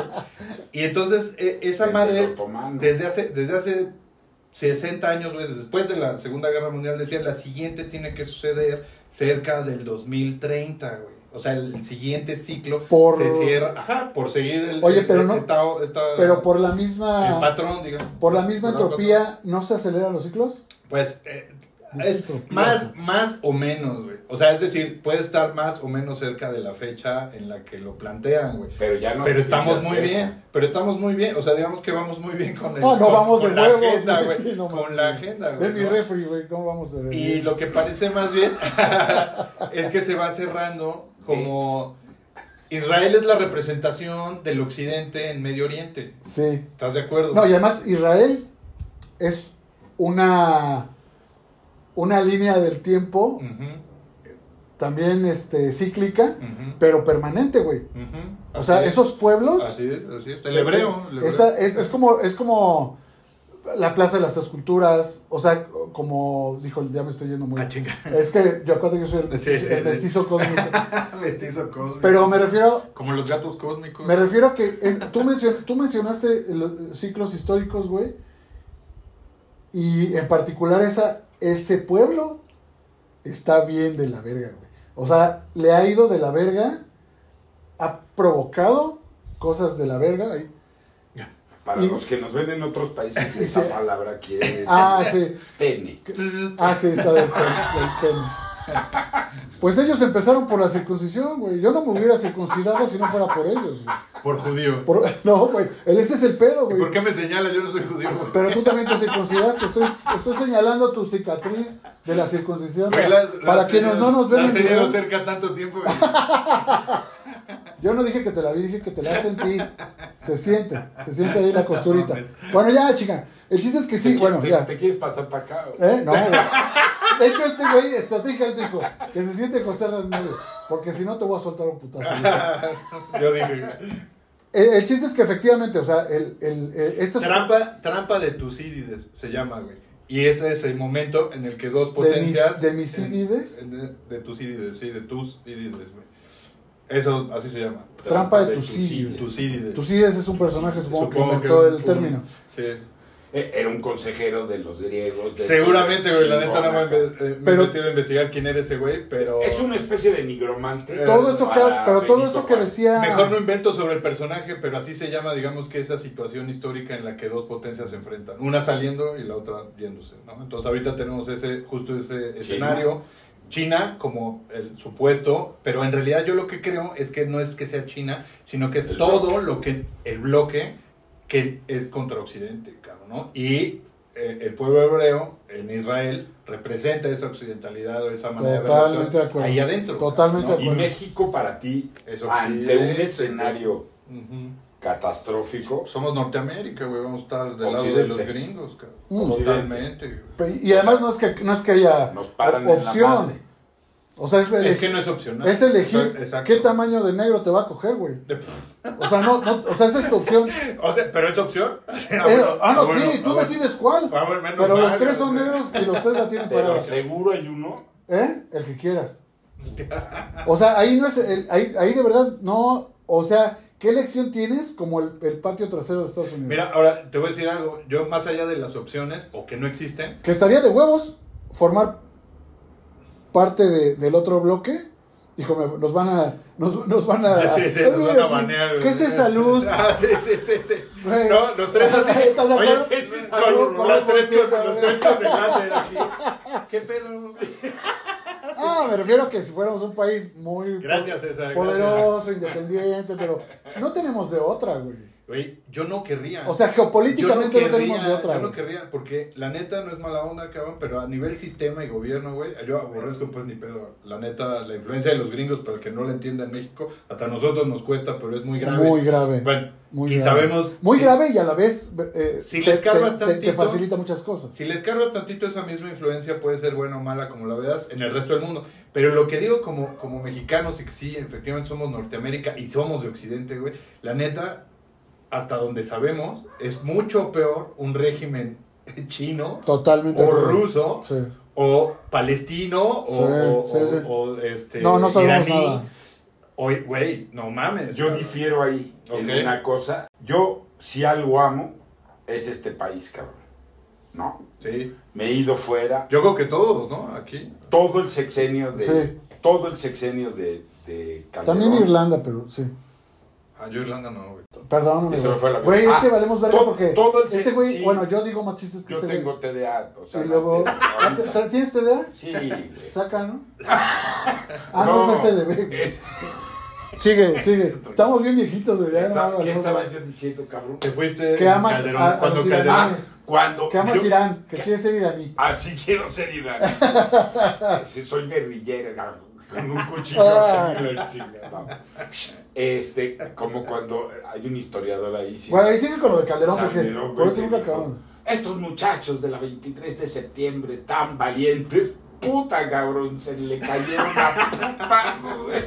y entonces e- esa Desde madre el otomano. desde hace, desde hace 60 años, güey, después de la Segunda Guerra Mundial, decía, la siguiente tiene que suceder cerca del 2030, güey. O sea, el siguiente ciclo Por- se cierra, ajá, por seguir el, Oye, el- pero no- esta- esta- Pero por la el misma, patrón, digamos. por la misma Por el entropía, ¿no se aceleran los ciclos? Pues eh, Es Dijiste, más, más o menos, güey. O sea, es decir, puede estar más o menos cerca de la fecha en la que lo plantean, güey. Pero ya no. Pero estamos muy bien, pero estamos muy bien. O sea, digamos que vamos muy bien con el- Ah, No, no Eh, con- vamos con de la huevos, agenda, güey. güey. Sí, no mames. con la agenda, Ve güey. mi ¿no? refri, güey, ¿cómo vamos de Y lo que parece más bien es que se va cerrando como Israel es la representación del occidente en Medio Oriente. Sí. ¿Estás de acuerdo? No, y además Israel es una una línea del tiempo Ujú, también este cíclica, ujú, pero permanente, güey. ujú. O sea, Así es, esos pueblos Así es, así es. El hebreo. el hebreo. Esa- es, es como es como la plaza de las tres culturas, o sea, como dijo, ya me estoy yendo muy. Ah, chinga. Es que yo acuerdo que yo soy el Sí, mestizo, sí, el sí. mestizo cósmico. Mestizo cósmico. Pero me refiero Como los gatos cósmicos. Me refiero a que eh, tú, mencio- tú mencionaste los ciclos históricos, güey. Y en particular esa, ese pueblo está bien de la verga, güey. O sea, le ha ido de la verga, ha provocado cosas de la verga. ay. Para Y- los que nos ven en otros países, Sí, esa sí. palabra aquí es Ah, sí, pene. ah, sí, está del pen- del pen. Pues ellos empezaron por la circuncisión, güey. Yo no me hubiera circuncidado si no fuera por ellos, güey. Por judío. Por- no, güey. Ese es el pedo, ¿Y güey. por qué me señalas? Yo no soy judío. güey. Pero tú también te circuncidaste. Estoy, estoy señalando tu cicatriz de la circuncisión. Güey, las- las Para quienes tenido- no nos ven las en tenido video, cerca tanto tiempo. güey. yo no dije que te la vi, dije que te la sentí. Se siente, se siente ahí la costurita. Bueno, ya, chica. El chiste es que sí, ¿Te qui- bueno, te, ya. ¿Te quieres pasar para acá? o? ¿Eh? No, güey. De hecho, este güey estratégicamente dijo que se siente José Hernández, porque si no te voy a soltar un putazo. güey. Yo dije. güey. El, el chiste es que efectivamente, o sea, el, el, el- esto es Trampa, trampa de Tucídides se llama, güey. Y ese es el momento en el que dos de mis, potencias. de mis idides, en- en- de Tucídides, sí, de Tucídides, güey. Eso, así se llama. Trampa de Tucídides. Tucídides. Tucídides es un personaje, supongo, Supongo que que inventó el un- término. Sí. Eh, Era un consejero de los griegos. de- Seguramente, güey, la neta no me, Chingona, eh, me he Pero- metido a investigar quién era ese güey, pero. Es una especie de nigromante. Eh, todo eso que, para pero todo Benito eso que Juárez. decía Mejor no invento sobre el personaje, pero así se llama, digamos, que esa situación histórica en la que dos potencias se enfrentan, una saliendo y la otra yéndose, ¿no? Entonces ahorita tenemos ese, justo ese escenario, China como el supuesto, pero en realidad yo lo que creo es que no es que sea China, sino que es El todo lo que, el bloque que es contra Occidente, cabrón, ¿no? Y eh, el pueblo hebreo en Israel representa esa occidentalidad o esa manera de ver las Totalmente cosas de acuerdo. ahí adentro. Totalmente de Y Bueno. México para ti, Eso ante sí, un sí. escenario Ujú. catastrófico, Somos Norteamérica, güey, vamos a estar del lado de Occidente. los gringos, cabrón. Mm. Totalmente. güey. Pe- y además no es que no es que haya nos paran en la madre. opción o sea es, Es ele- que no es opcional. es elegir Exacto. qué tamaño de negro te va a coger güey De- pff, o sea no, no- o sea esa es tu opción O sea, pero es opción. Ah, Eh, bueno, ah no ah, bueno, sí ah, tú bueno. decides cuál Ah, bueno, menos pero los mal, tres son güey. negros y los tres la tienen Pero parada seguro hay uno. eh el que quieras o sea ahí no es el- ahí, ahí de verdad no o sea qué elección tienes como el, el patio trasero de Estados Unidos Mira, ahora te voy a decir algo. Yo, más allá de las opciones, o que no existen, que estaría de huevos formar parte de- del otro bloque. Dijo, me- nos van a. Nos, nos van a. Sí, sí, nos van a Ah, Sí. banear, güey. ¿Qué es esa luz? Ah, sí, sí, sí, sí. Güey. No, los tres así. ¿Estás de Oye, acuerdo? ¿qué es esa Con- luz? con Los un tres bolsito, con los güey. tres con el láser aquí. ¿Qué pedo? Ah, me refiero a que si fuéramos un país muy. po- Gracias, eh. César. gracias. Poderoso, independiente, pero no tenemos de otra, güey. Güey, yo no querría. O sea, geopolíticamente Yo no, querría, tenemos de otra. Yo no güey. querría, porque la neta no es mala onda, cabrón, pero a nivel sistema y gobierno, güey, yo aborrezco pues ni pedo. La neta, la influencia de los gringos, para el que no la entienda en México, hasta a nosotros nos cuesta, pero es muy grave. Muy grave. bueno, muy y grave. sabemos... Muy que- grave y a la vez. eh, Si te, les calmas te- te- te tantito- facilita muchas cosas. Si les cargas tantito esa misma influencia puede ser buena o mala como la veas en el resto del mundo. Pero lo que digo como, como mexicanos y que sí, efectivamente somos Norteamérica y somos de Occidente, güey, la neta, hasta donde sabemos, es mucho peor un régimen chino Totalmente. o de acuerdo. ruso Sí. o palestino o, Sí, o- sí, sí. o- o, este, eh, No, no sabemos iraní. nada. O- Güey, no mames. Yo difiero ahí Ok. en una cosa. Yo, si algo amo, es este país, cabrón. ¿No? Sí. Me he ido fuera. Yo creo que todos, ¿no? Aquí. Todo el sexenio de. Sí. Todo el sexenio de. de Calderón. También Irlanda, pero sí. Ah, yo Irlanda no, güey. Perdóname, Y se me güey. fue la vida. Güey, es Ah, que valemos verga todo- porque todo el este sen- güey, sí. bueno, yo digo más chistes que Yo este tengo güey. TDA, o sea. Y luego, la- Ah, ¿te- te- ¿tienes TDA? Sí, güey. Saca, ¿no? Ah, no, es SDB. güey. es- Sigue, sigue. Estamos bien viejitos, güey. Ya esta- no, ¿Qué no, estaba no. yo diciendo, cabrón? Te fuiste Que amas Calderón, a- a cuando los Calderón. iraníes. Ah, cuando. Que amas yo- Irán, que quieres ser iraní. Así quiero ser Irán. Sí, soy guerrillera. Con un cuchillo. Ah. y la chingada. No. Este, como cuando hay un historiador ahí. sí, Güey, sigue con lo de Calderón Calderón, porque güey, por eso que nunca dijo, acabamos. Estos muchachos de la 23 de septiembre, tan valientes, puta cabrón, se le cayeron a putazo, güey.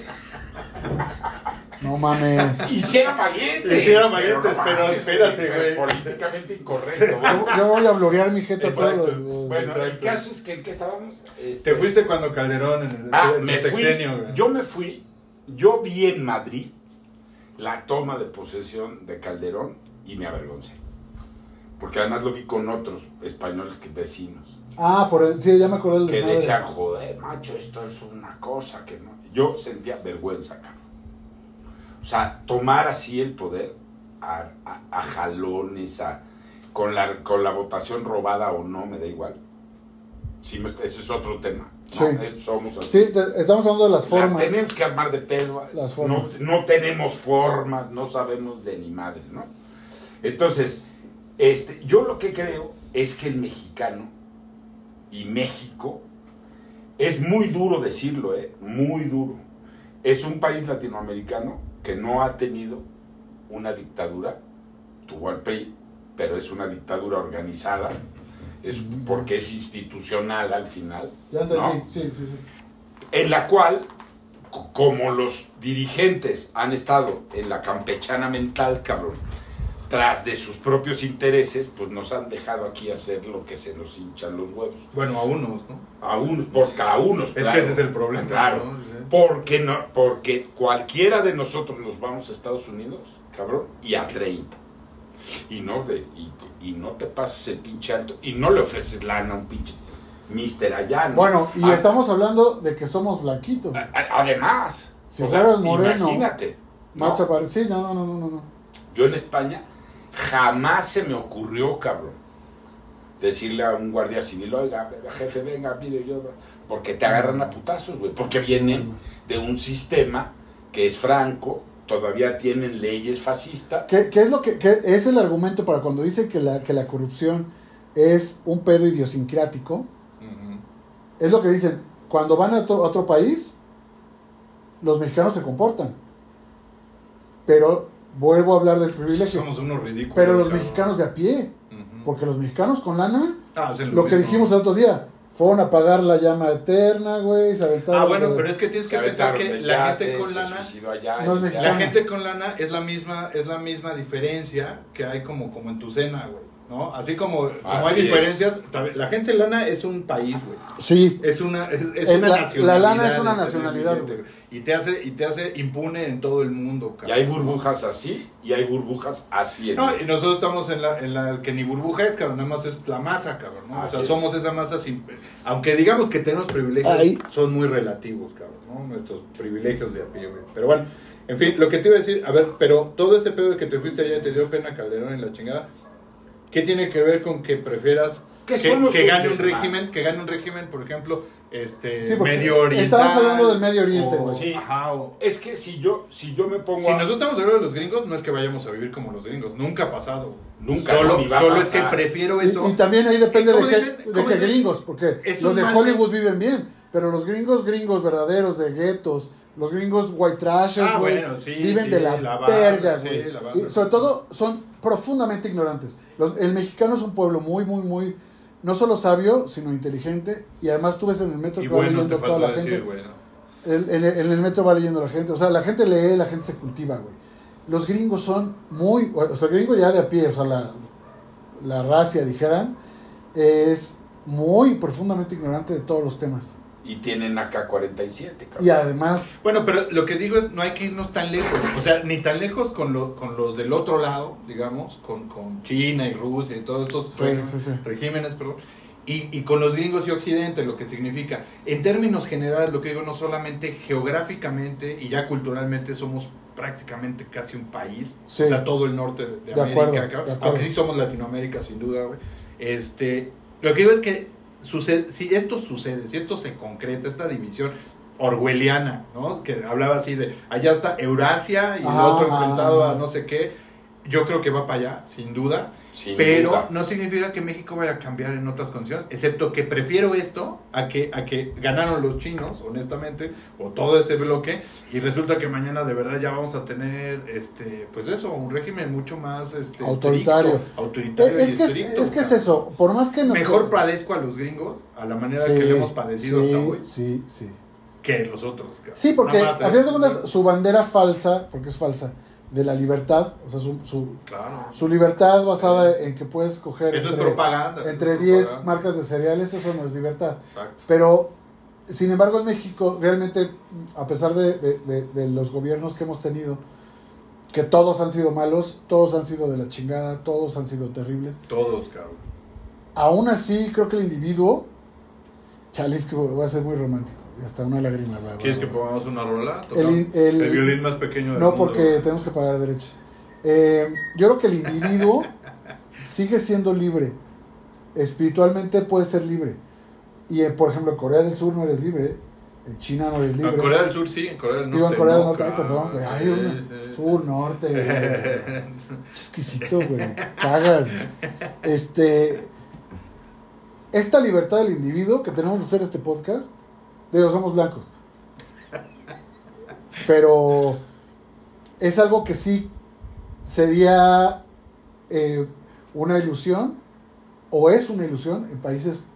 No mames. Hicieron valientes. Hicieron valientes, pero mames, espérate, pero güey. Políticamente incorrecto, güey. Yo, yo voy a bloquear mi jeta todos Exacto. los- los- Bueno, el Exacto. caso es que en qué estábamos. Este, Te fuiste cuando Calderón en el Ah, en su me fui. sexenio, güey. Yo me fui. Yo vi en Madrid la toma de posesión de Calderón y me avergoncé. Porque además lo vi con otros españoles que vecinos. Ah, por el, sí, ya me acordé del Que desmadre. decían, joder, macho, esto es una cosa que no. Yo sentía vergüenza, cabrón. O sea, tomar así el poder a, a- a jalones, a, con, la, con la votación robada o no, me da igual. Sí, me- ese es otro tema. ¿no? Sí. Es- Somos así. Sí, te- estamos hablando de La las formas. tenemos que armar de pedo. Las formas. No, no tenemos formas, no sabemos de ni madre, ¿no? Entonces, este, yo lo que creo es que el mexicano y México es muy duro decirlo, ¿eh? Muy duro. Es un país latinoamericano que no ha tenido una dictadura, tuvo al PRI, pero es una dictadura organizada, es porque es institucional al final Ya entendí, No. sí, sí, sí. en la cual, c- como los dirigentes han estado en la campechana mental, cabrón, tras de sus propios intereses, pues nos han dejado aquí hacer lo que se nos hinchan los huevos. Bueno, a unos, ¿no? A unos, porque a unos, Es claro. que ese es el problema. Claro. ¿no? Sí. Porque, no, porque cualquiera de nosotros nos vamos a Estados Unidos, cabrón, y a 30. Y no, de, y, y no te pases el pinche alto. Y no le ofreces lana a un pinche mister allá. ¿no? Bueno, y Ah, estamos hablando de que somos blanquitos. a- a- Además. Si o fueras moreno, Imagínate. Más ¿no? chaparro. Sí, no, no, no, no, no, no. Yo en España jamás se me ocurrió, cabrón, decirle a un guardia civil, oiga, jefe, venga, mire, yo... Porque te agarran a putazos, güey. Porque vienen de un sistema que es franco, todavía tienen leyes fascistas. ¿Qué, qué es lo que, qué es el argumento para cuando dicen que la, que la corrupción es un pedo idiosincrático? Ujú. Es lo que dicen, cuando van a otro, a otro país, los mexicanos se comportan. Pero vuelvo a hablar del privilegio. Somos unos ridículos. Pero los cabrón. mexicanos de a pie, Ujú. porque los mexicanos con lana, Ah, hacen lo que mismo. dijimos el otro día, fueron a pagar la llama eterna, güey, se aventaron. Ah, bueno, de- pero es que tienes que pensar que la gente con lana. No La es mexicana. gente con lana es la misma, es la misma diferencia que hay como, como en tu cena, güey. ¿No? Así como, como hay Así es. diferencias, tal vez- la gente lana es un país, güey. Sí, Es una, es, es El- una la- nacionalidad. la lana es una este, nacionalidad, evidente, güey. Y te hace, y te hace impune en todo el mundo, Y hay burbujas así y hay burbujas así. en No, y nosotros estamos en la, en la que ni burbuja es, cabrón, nada más es la masa, cabrón. ¿no? O Así sea, es. somos esa masa sin... Aunque digamos que tenemos privilegios, Ahí. son muy relativos, cabrón, ¿no? Nuestros privilegios de a pie, güey. Pero bueno, en fin, lo que te iba a decir, a ver, pero todo ese pedo de que te fuiste allá y te dio pena Calderón en la chingada, ¿qué tiene que ver con que prefieras Que que, somos que un gane un desmadre. régimen, que gane un régimen, por ejemplo, este, Sí, porque medio oriente? estábamos hablando del Medio Oriente, güey. Sí. Ajá, o- Es que si yo, si yo me pongo si a- nosotros estamos hablando de los gringos, no es que vayamos a vivir como los gringos. Nunca ha pasado. Nunca, Solo, ni va a solo es que pasar. prefiero Y- eso. Y, también ahí depende de ¿Cómo qué, dicen? de ¿Cómo qué dicen? gringos, porque Es los un de mal- Hollywood viven bien, pero los gringos, gringos verdaderos de guetos, los gringos white trashers, Ah, güey, bueno, sí, viven sí, de la, la banda, verga, sí, güey. la banda. Y sobre todo son profundamente ignorantes. Los- el mexicano es un pueblo muy, muy, muy, no solo sabio, sino inteligente, y además tú ves en el metro Y que va bueno, te leyendo toda la faltó decir, gente. güey. ¿no? El- en, el- en el metro va leyendo la gente, o sea, la gente lee, la gente se cultiva, güey. Los gringos son muy, o sea, el gringo ya de a pie, o sea, la, la racia, dijeran, es muy profundamente ignorante de todos los temas. Y tienen acá 47, cabrón. Y además, Bueno, pero lo que digo es, no hay que irnos tan lejos. O sea, ni tan lejos con, lo- con los del otro lado, digamos, con, con China y Rusia y todos estos Sí, regímenes, sí, sí. regímenes, perdón. Y, y con los gringos y Occidente, lo que significa, en términos generales, lo que digo, no solamente geográficamente y ya culturalmente somos prácticamente casi un país. Sí. O sea, todo el norte de, de De América. acuerdo, cabrón. de acuerdo. Aunque sí somos Latinoamérica, sin duda, güey. Este, lo que digo es que sucede, si esto sucede, si esto se concreta, esta división orwelliana, ¿no? Que hablaba así de, allá está Eurasia y el Ajá, otro enfrentado ajá, a ajá. no sé qué. Yo creo que va para allá, sin duda. Sin Pero duda. no significa que México vaya a cambiar en otras condiciones, excepto que prefiero esto a que, a que ganaron los chinos, honestamente, o todo ese bloque, y resulta que mañana de verdad ya vamos a tener, este pues eso, un régimen mucho más este, Autoritario. estricto, autoritario Eh, Es y que es, estricto, es que es cabrón. eso, por más que nos... Mejor padezco a los gringos a la manera Sí, que le hemos padecido sí, hasta hoy Sí, sí. que los otros. cabrón. Sí, porque Nada más, a ¿eh? fin de cuentas su bandera falsa, porque es falsa, de la libertad, o sea, su, su, Claro. su libertad basada en que puedes coger Eso es entre, propaganda. eso entre es 10 propaganda. marcas de cereales, eso no es libertad. Exacto. Pero, sin embargo, en México, realmente, a pesar de, de- de- de los gobiernos que hemos tenido, que todos han sido malos, todos han sido de la chingada, todos han sido terribles, Todos, cabrón. aún así creo que el individuo, chale, es que voy a ser muy romántico, y hasta una lágrima. va- va- ¿Quieres que va- pongamos una rola? Ah, el, Tocamos in- el- El, violín más pequeño del no, mundo. porque tenemos que pagar derechos. Eh, yo creo que el individuo sigue siendo libre. Espiritualmente puede ser libre. Y eh, por ejemplo, en Corea del Sur no eres libre. En China no eres No, libre. en Corea del Sur sí, en Corea del Norte. Digo, en Corea del no, Norte, ay, cabrón, perdón, güey. sí, Ay, una- sí, sí. sur, norte, güey. Exquisito, güey. Cagas. güey. Este. Esta libertad del individuo que tenemos de hacer este podcast, digo, somos blancos. Pero es algo que sí sería eh, una ilusión, o es una ilusión en países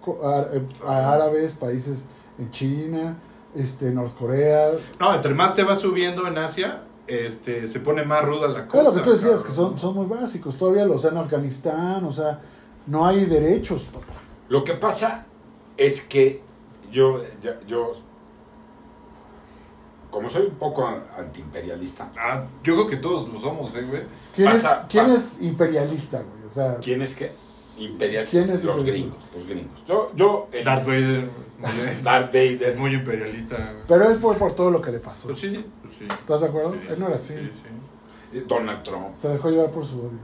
co- á- eh, árabes, países en China, este, Norcorea, No, entre más te vas subiendo en Asia, este, se pone más ruda la cosa. Es lo que tú decías, cabrón. que son, son muy básicos. Todavía los en Afganistán, o sea, no hay derechos, papá. Lo que pasa es que yo, ya- yo como soy un poco a- antiimperialista, Ah, Yo creo que todos lo somos, eh, güey. ¿Quién, Pasa, es, quién pasa. es imperialista, güey? O sea, ¿quién es que? Imperialista. ¿Quién es los imperialista? gringos, los gringos. Yo, yo el- Darth Vader es muy- Darth es Vader. muy imperialista, güey. pero él fue por todo lo que le pasó. Pues sí, pues sí. ¿Estás de acuerdo? Sí, él no era así. sí, sí. Donald Trump Se dejó llevar por su odio.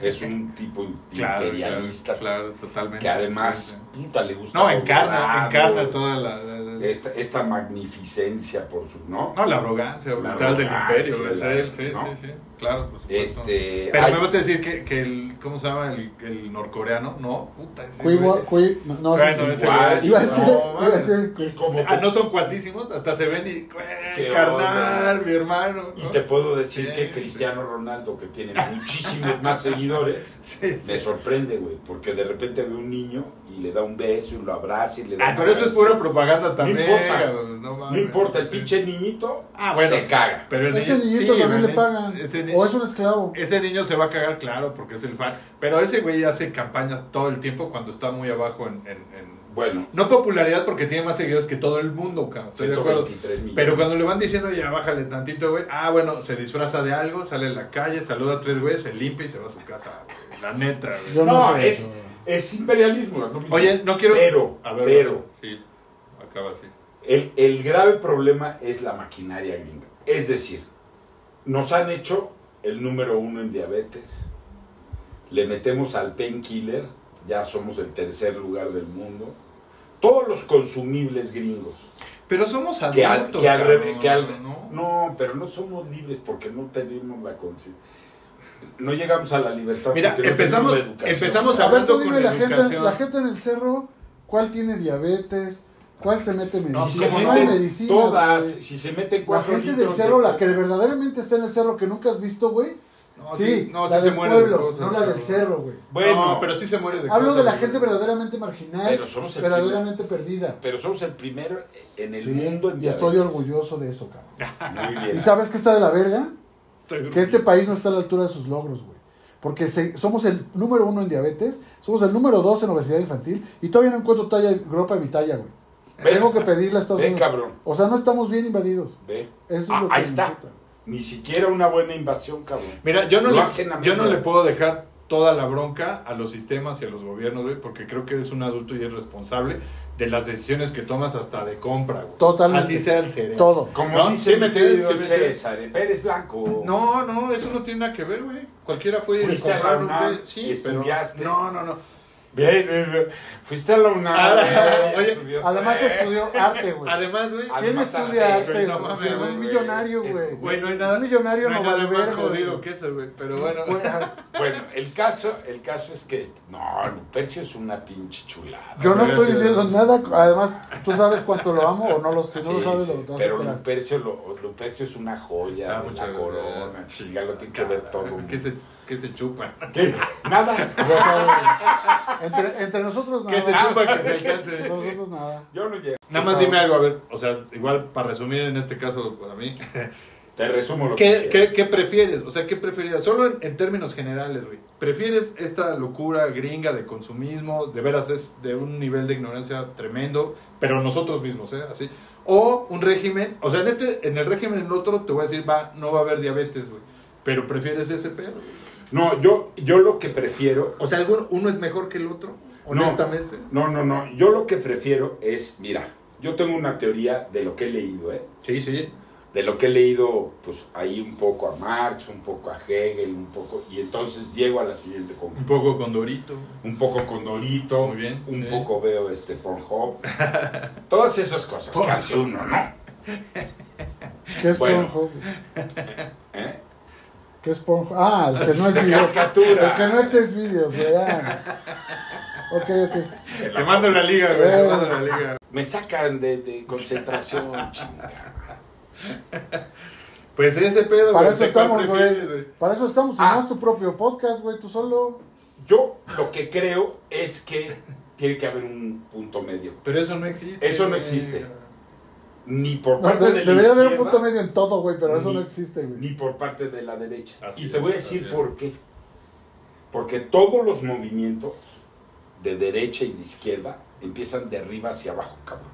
es un tipo Claro, imperialista Claro, claro, totalmente. que además puta le gusta. No, lo encarna, dorado, encarna toda la. la- la- Esta, esta magnificencia por su, ¿no? no, la arrogancia brutal del arrogancia, imperio, es la- él, sí, ¿no? sí, sí. Claro, por supuesto. Este, Pero hay- me vas a decir que, que el. ¿Cómo se llama el, el norcoreano? No, puta, ese. Cui, güey. gua- cui- no, no, Bueno, sí, sí. ese igual, güey, iba a decir, no, iba a mames. decir cui- como Ah, no son cuatísimos, hasta se ven y. güey, Qué carnal, onda. mi hermano. Y ¿no? te puedo decir Sí, que Cristiano Ronaldo, que tiene muchísimos más seguidores, Sí, sí. me sorprende, güey, porque de repente ve un niño y le da un beso y lo abraza y le da. Ah, una pero eso es caricia. pura propaganda también. importa. cabrón, No, No mames. importa, el Sí. pinche niñito Ah, bueno. se caga. Pero el Ese niño- niñito sí, también güey, le pagan. Ese, ni- O es un esclavo. ese niño se va a cagar, claro, porque es el fan. Pero ese güey hace campañas todo el tiempo cuando está muy abajo en. en- en- Bueno, No popularidad porque tiene más seguidores que todo el mundo, cabrón. Estoy de acuerdo. 123 millones. Pero cuando le van diciendo, ya bájale tantito, güey. Ah, bueno, se disfraza de algo, sale a la calle, saluda a tres güeyes, se limpia y se va a su casa. güey. La neta, güey. Yo no, No, sé es- eso. Es imperialismo. es lo mismo. Oye, no quiero. Pero, A ver, pero, Sí, acaba así. el, el grave problema es la maquinaria gringa. Es decir, nos han hecho el número uno en diabetes. Le metemos al painkiller, ya somos el tercer lugar del mundo. Todos los consumibles gringos. Pero somos Que al, adultos. que al cabrón, revés- que al- ¿no? no, pero no somos libres porque no tenemos la conciencia. No llegamos a la libertad. Mira, porque no empezamos- tenemos la educación. empezamos A ver, tú hablando dime, con la gente, educación. la gente en el cerro, ¿cuál tiene diabetes? ¿Cuál se mete medicina? si se como no hay meten medicinas, todas, güey. si se meten La cuatro gente del litros de cerro, la coca. que verdaderamente está en el cerro, que nunca has visto, güey. No, sí, no, la sí del se muere de pueblo, cosas, no la cabrón. del cerro, güey. Bueno, no, pero sí se muere de Hablo cosas, de la güey. gente verdaderamente marginal, Pero somos el verdaderamente perdida. Pero somos el primero en el Sí, mundo en y estoy diabetes. orgulloso de eso, cabrón. Muy bien. ¿Y sabes qué está de la verga? Estoy- Que este país no está a la altura de sus logros, güey. Porque se- somos el número uno en diabetes, somos el número dos en obesidad infantil y todavía no encuentro talla, ropa de mi talla, güey. Ve, Tengo que pedirle a Estados Ve, Unidos. cabrón. O sea, no estamos bien invadidos. Ve. Eso es Ah, lo que ahí me está. insulta. Ni siquiera una buena invasión, cabrón. Mira, yo no, Lo le, hacen a yo no medias. le puedo dejar toda la bronca a los sistemas y a los gobiernos, güey, porque creo que eres un adulto y eres responsable de las decisiones que tomas hasta de compra, güey. Totalmente. Así sea el cerebro. Todo. Como No, dice sí me mi quedo, querido sí me quedo. César, Pérez Blanco. No, no, eso no tiene nada que ver, güey. Cualquiera puede Fuiste a la comprar un UNAM, güey. Sí, pero- estudiaste. No, no, no. Bien, bien, bien. Fuiste a la UNAM. Ah, eh, oye, estudiaste. Además estudió arte, güey. Además, güey. Además, ¿Quién estudia arte, arte? no güey? mames, Sí, güey. un millonario, güey. Güey, no hay nada. Un millonario no hay no nada vale más verga, jodido güey. que eso, güey. Pero bueno. Güey, a- Bueno, el caso, el caso es que. este- No, Lupercio es una pinche chulada. Yo no estoy Gracias. diciendo nada, además tú sabes cuánto lo amo o no lo si no lo Sí, sabes sí, lo te vas a pero enterar. Lupercio, lo- Lupercio es una joya Ah, de muchas la gracias. corona, chinga, lo tiene que ver todo. Que se, que se chupa. ¿Qué? Nada, Ya sabes, güey. entre, entre nosotros Que se nada. chupa, que se Entre alcance. nosotros nada. yo no llego. Nada más dime algo, a ver. O sea, igual para resumir en este caso para mí. Te resumo lo ¿Qué, que qué, quieras. qué prefieres? O sea, ¿qué preferirías? Solo en, en términos generales, güey. ¿Prefieres esta locura gringa de consumismo? De veras es de un nivel de ignorancia tremendo, pero nosotros mismos, ¿eh? Así. O un régimen, o sea, en este, en el régimen en el otro te voy a decir, va, no va a haber diabetes, güey. Pero prefieres ese pedo. No, yo, yo lo que prefiero. O sea, ¿alguno, uno es mejor que el otro, honestamente. No, no, no. Yo lo que prefiero es, mira, yo tengo una teoría de lo que he leído, ¿eh? Sí, sí. de lo que he leído, pues ahí un poco a Marx, un poco a Hegel, un poco, y entonces llego a la siguiente Un conclusión. poco con Dorito. Un poco con Dorito, Muy bien, un sí. poco veo este Pornhub, todas esas cosas que hace uno, ¿no? ¿Qué es Bueno. Pornhub? ¿Eh? ¿Qué es Pornhub? Ah, el que no es La video. El que caricatura. no es es video, güey. ah. Ok, ok. Te mando la liga, Eh. güey. Te mando la liga. Me sacan de, de concentración, chinga. Pues ese pedo. Para güey, eso ¿de cuál estamos, prefieres, güey. Para eso estamos. Si Ah. no es tu propio podcast, güey, tú solo. Yo lo que creo es que tiene que haber un punto medio. Pero eso no existe. Eso no güey. existe. Ni por No, parte de- de, la debería haber un izquierda, punto medio en todo, güey, pero eso Ni- no existe, güey. ni por parte de la derecha. Así y es, te voy a decir así es. por qué. Porque todos los movimientos de derecha y de izquierda empiezan de arriba hacia abajo, cabrón.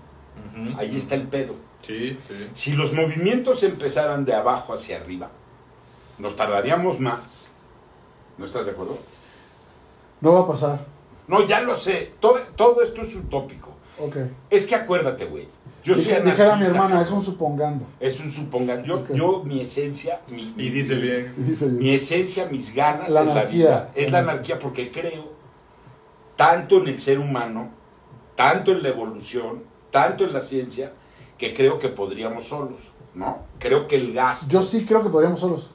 Ujú. Ahí está el pedo. Sí, sí. Si los movimientos empezaran de abajo hacia arriba, nos tardaríamos más. ¿No estás de acuerdo? No va a pasar. No, ya lo sé. Todo, todo esto es utópico. Ok. Es que acuérdate, güey. Yo soy Dije- dijera mi anarquista, hermana, cabrón. es un supongando. Es un supongan. Yo, Ok. yo, mi esencia, mi, Y dice mi- bien. Y dice, mi esencia, mis ganas La en la anarquía. vida es la anarquía porque creo tanto en el ser humano, tanto en la evolución, tanto en la ciencia, que creo que podríamos solos, ¿no? Creo que el gasto, yo sí creo que podríamos solos.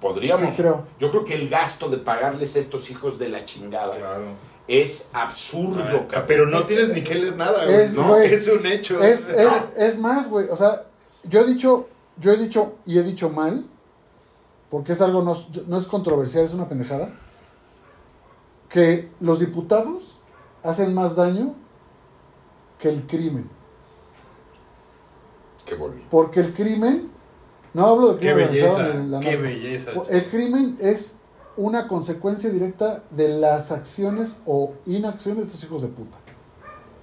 podríamos, sí creo. yo creo que el gasto de pagarles a estos hijos de la chingada Claro. Ah, es absurdo, cabrón. Pero no tienes ni que leer nada, güey. Es, no, güey, es un hecho. Es, es, es más, güey. O sea, yo he dicho, yo he dicho y he dicho mal, porque es algo no, no es controversial, es una pendejada, que los diputados hacen más daño que el crimen. Qué bonito. Porque el crimen, no hablo de Qué crimen belleza. organizado ni de la Qué narco. belleza. El crimen es una consecuencia directa de las acciones o inacciones de estos hijos de puta.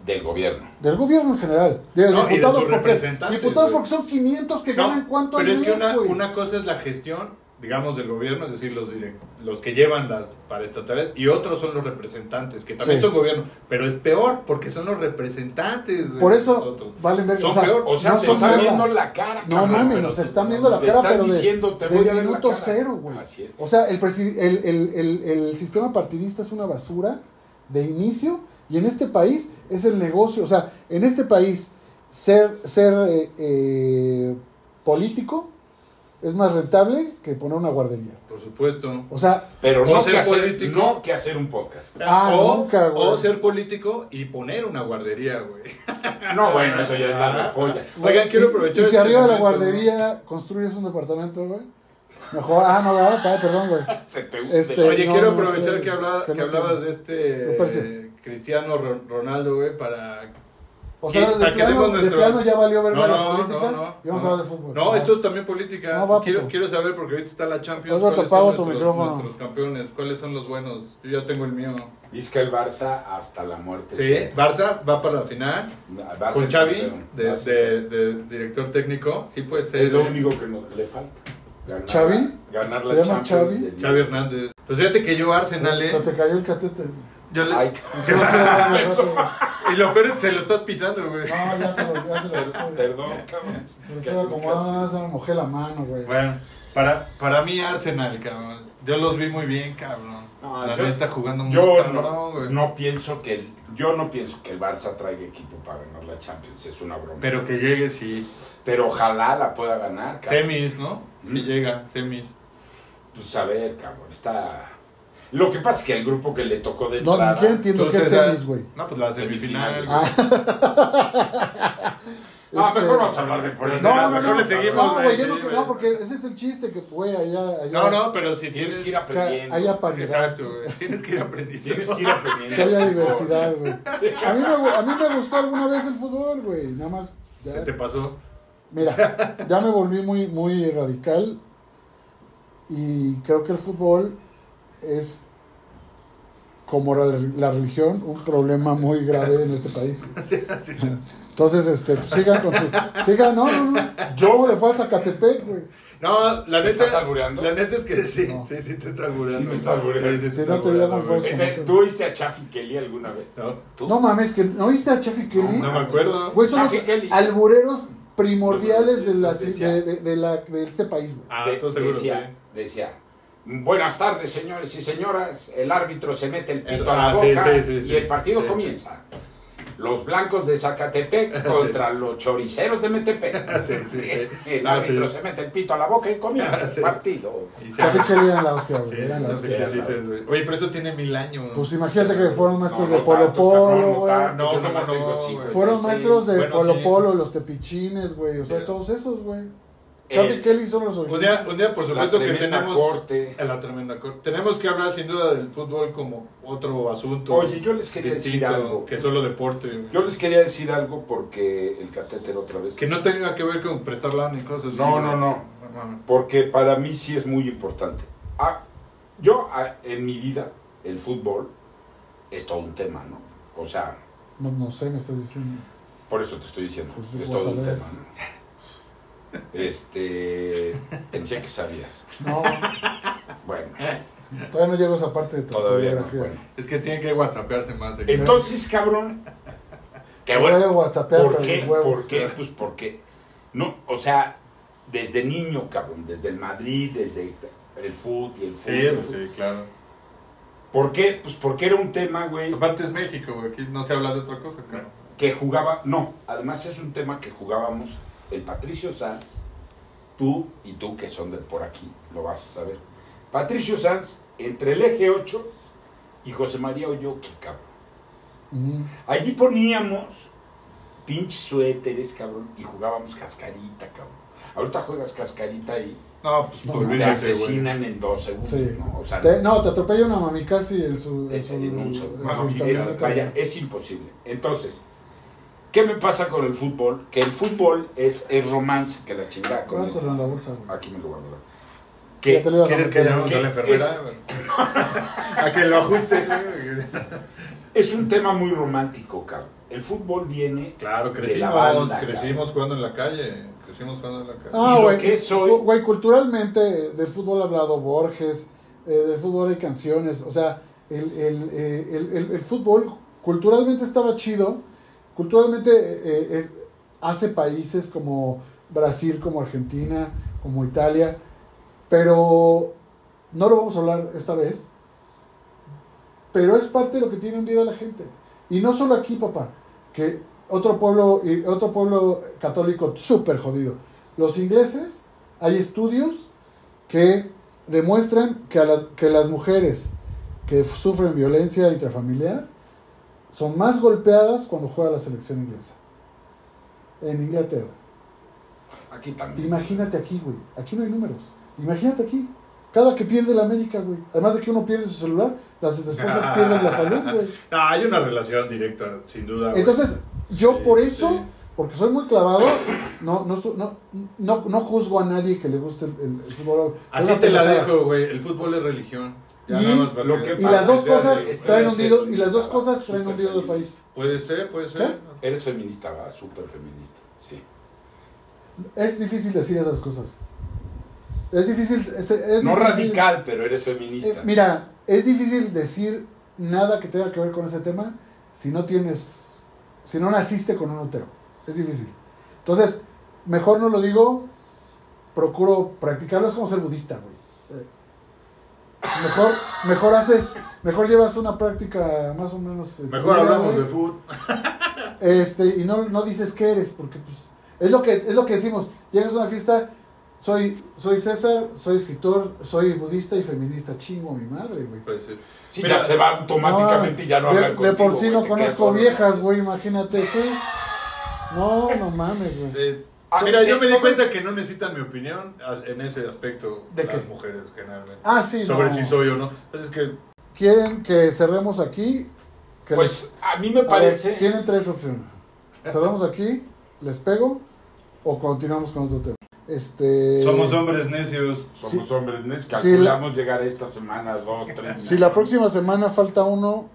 Del gobierno. Del gobierno en general. De No, y de diputados, sus porque, representantes, diputados güey. porque son 500 que No, ganan cuánto al pero es que mes, una, güey. una cosa es la gestión, digamos, del gobierno, es decir, los direct- los que llevan las paraestatales, y otros son los representantes, que también Sí. son gobierno, pero es peor porque son los representantes. güey, Por de eso nosotros. valen verga. Son o sea, peor, o sea, no te son están nada. viendo la cara, No cabrón. mames, pero nos tú- están viendo la te cara, están pero de, diciendo, te de voy a ver la minuto cara. cero, güey. Así es. O sea, el, presi- el, el, el, el sistema partidista es una basura de inicio y en este país es el negocio. O sea, en este país ser, ser eh, eh, político es más rentable que poner una guardería. Por supuesto. O sea, Pero O no ser que, hacer, político. no que hacer un podcast. Ah, o, nunca, güey. o ser político y poner una guardería, güey. Ah, No, bueno, eso ya es la joya. Oigan, quiero y- aprovechar Y si este arriba de la momento, ¿no? guardería construyes un departamento, güey. Mejor, ah, no, güey, pa- perdón, güey. Se te Este, Oye, no, quiero no, aprovechar sí, que, hablaba- que que no hablabas tiene. de este Me parece. eh, Cristiano Ro- Ronaldo, güey, para... O Sí, sea, de para que plano, demos de nuestro- plano ya valió verga No, la no, política no, no, y vamos no. a hablar de fútbol. No, Ah. esto es también política. No, va, quiero, puto. quiero saber, porque ahorita está la Champions. Luego te ¿cuáles apago son tu nuestros- micrófono. Nuestros campeones, ¿cuáles son los buenos? Yo ya tengo el mío. Dice que el Barça hasta la muerte. Sí, Barça va para la final. Va a con ser Xavi, campeón. de, pues, eh, Va a ser de- de director técnico. Sí puede campeón. ser. Es lo güey. único que nos le falta. Ganar, ¿Xavi? Ganar la ¿Se llama Champions Xavi? de- Xavi Hernández. Pues fíjate que yo Arsenal, eh, Se te cayó el catete. güey. yo le- Ay, No, se lo- no, se lo- y lo peor es que se lo estás pisando, güey. no, ya se lo, ya se lo estoy. perdón, cabrón. Me estoy acomodando, nada más se me mojé la mano, güey. Bueno, para, para mí Arsenal, cabrón. Yo los vi muy bien, cabrón. No, la yo- neta jugando muy Yo cabrón, no, güey. no pienso que el, yo no pienso que el Barça traiga equipo para ganar la Champions, es una broma. Pero, Pero que llegue sí. ojalá la pueda ganar, cabrón. Semis, ¿no? Si Mm. llega, semis. Pues a ver, cabrón, está. Lo que pasa es que el grupo que le tocó de No, ni entrada- siquiera entiendo qué es la- semis, güey. Ah. No, pues la semifinal. Semifinales. Ah, Este- mejor vamos a hablar de por No, no, no, le seguimos, No, güey, yo no, Sí, que- güey. no, porque ese es el chiste que, güey, allá, allá. No, no, pero si Tienes tienes que ir que aprendiendo. haya paridad. Exacto, güey. Tienes que ir aprendiendo. Tienes que ir aprendiendo. Que haya diversidad, güey. A mí, me, gu- a mí me gustó alguna vez el fútbol, güey. Nada más. ya- Se te pasó. Mira, ya me volví muy, muy radical. Y creo que el fútbol es, como la, la religión, un problema muy grave en este país. Sí. Entonces, este, pues, sigan con su. Sigan, no, no, no. ¿Cómo le fue al Zacatepec, güey? No, la ¿Me neta. estás albureando? La neta es que sí, No. sí, sí te está albureando. Sí me está albureando. Sí, sí te Si está no te diera albureando, Alfonso. güey. Este, ¿Tú viste a Chafi Kelly alguna vez? No, ¿Tú? No mames, que ¿no viste a Chafi Kelly? no me acuerdo. Güey, son los Chafi Kelly. albureros primordiales de, la, Decía. de, de- de la- de este país, güey. Ah, De- tú seguro, decía, sí. decía, buenas tardes, señores y señoras. El árbitro se mete el pito El- a la ah, sí, boca sí, sí, y sí. el partido Sí. comienza. Los blancos de Zacatepec contra los choriceros de Metepec. Sí, sí, sí. El Ah, árbitro sí. Ah, se mete el pito a la boca y comienza el Sí. partido. Y se- Chafi Kelly era la hostia, güey. Sí, era la no sé hostia. qué hostia. dices, güey. Oye, pero eso tiene mil años. Pues imagínate que fueron maestros No, de no Polo tantos, cabrón, Polo, no güey. tantos, No, yo cómo nomás no, tengo güey. cinco. Fueron Sí, maestros de bueno, Polo sí. Polo, los tepichines, güey. O sea, Sí. todos esos, güey. Eh, Chafi Kelly son los Un originales. día, un día, por La supuesto, que tremenda tenemos. corte. A la tremenda corte. Tenemos que hablar sin duda del fútbol como otro asunto. Oye, yo les quería decir distinto, algo. que solo deporte. güey. Yo les quería decir algo porque el catéter otra vez. Que no tenga que ver con prestar lana y cosas. No, así, no, güey. no. mames. Porque para mí sí es muy importante. Ah, yo ah, en mi vida, el fútbol es todo un tema, ¿no? O sea, No, no sé, me estás diciendo. por eso te estoy diciendo, Pues, es vas todo a un ver. tema, ¿no? Este, pensé que sabías. No, Bueno, todavía no llego a esa parte de tu todavía no. biografía. Bueno. Es que tiene que whatsappearse más. eh. Entonces, cabrón, qué Te voy bueno. a whatsappear ¿Por para qué? los huevos. ¿Por qué? Pues porque, no, o sea, desde niño, cabrón, desde el Madrid, desde el fútbol y el fútbol. Sí, pues, sí, claro. ¿Por qué? Pues porque era un tema, güey. Aparte es México, güey. Aquí no se habla de otra cosa, cabrón. que jugaba, no, además es un tema que jugábamos el Patricio Sanz, tú y tú que son de por aquí, lo vas a saber. Patricio Sanz entre el eje 8 y José María Oyoki, cabrón. Mm, Allí poníamos pinches suéteres, cabrón, y jugábamos cascarita, cabrón. Ahorita juegas cascarita y No, pues No, tú te olvídate, güey. asesinan en dos segundos, Sí. ¿no? O sea, Te- no, te atropella una mamicasi en su. En Es, su, en un segundo. en su Eh, Bueno, Vamos, mira, camioneta. vaya, es imposible. Entonces, ¿qué me pasa con el fútbol? Que el fútbol es, es romance, que la chingada con ¿Cuánto esto. en la bolsa, güey? Aquí me lo voy a guardar. Ah, pues, Ya te Que lo ibas a ¿Quieres que meter, ¿no? llamemos a la enfermera? güey? a que lo ajuste. güey. es un tema muy romántico, cabrón. El fútbol viene Claro, de la crecimos, banda, cabrón. crecimos jugando en la calle. Crecimos jugando en la calle. Ah, Y lo güey. que soy- cu- Güey, culturalmente, eh, del fútbol ha hablado Borges, eh, del fútbol hay canciones. O sea, el, el, eh, el- el- el fútbol culturalmente estaba chido. Culturalmente eh, eh, es- hace países como Brasil, como Argentina, como Italia. Pero no lo vamos a hablar esta vez. Pero es parte de lo que tiene hundida la gente. Y no solo aquí, papá. Que otro pueblo, y otro pueblo católico súper jodido. Los ingleses, hay estudios que demuestran que, a las, que las mujeres que f- sufren violencia intrafamiliar son más golpeadas cuando juega la selección inglesa. En Inglaterra. Aquí también. Imagínate aquí, güey. Aquí no hay números. Imagínate aquí. Cada que pierde la América, güey. Además de que uno pierde su celular, las esposas pierden la salud, güey. No, Ah, hay una relación directa, sin duda. Ah, güey. Entonces, yo Sí, por eso, sí. porque soy muy clavado, no, no, su- no, no, no juzgo a nadie que le guste el, el- el fútbol. Soy Así una te la pendejada. dejo, güey. El fútbol es religión. Y nada más para lo que Y pasa las dos es que cosas eres- traen eres hundido y las dos feminista, ah, cosas traen súper hundido al país. feminista. Puede ser, puede ser. ¿Qué? Eres feminista, va, súper feminista. Sí. Es difícil decir esas cosas. Es difícil. es- es No difícil- radical, pero eres Eh, feminista. mira, es difícil decir nada que tenga que ver con ese tema si no tienes, si no naciste con un útero. Es difícil. Entonces, mejor no lo digo, procuro practicarlo, es como ser budista, güey. Eh, Mejor, mejor haces, mejor llevas una práctica más o menos. eh, Mejor tu vida, hablamos güey. de fútbol. Este, y no, no dices qué eres, porque pues, es lo que, es lo que decimos, llegas a una fiesta, soy, soy César, soy escritor, soy budista y feminista, chingo a mi madre, güey. Pues, sí. Sí, Mira, ya se va automáticamente y ya no Ah, de, hablan de contigo, por sí güey, no te conozco quedas viejas, güey, imagínate, sí. No, no mames, güey. Eh, Ah, mira, yo ¿qué me di cosa? cuenta que no necesitan mi opinión a- en ese aspecto. ¿De las qué? mujeres, generalmente. Ah, sí, Sobre no. si soy o no. Pues Entonces, que ¿Quieren que cerremos aquí? Que les- Pues a mí me a ver, parece. tienen tres opciones. Cerramos aquí, les pego o continuamos con otro tema. Este Somos hombres necios. Somos hombres, ¿no? Sí, la- Calculamos llegar esta semana, dos, tres. Si la próxima semana falta uno,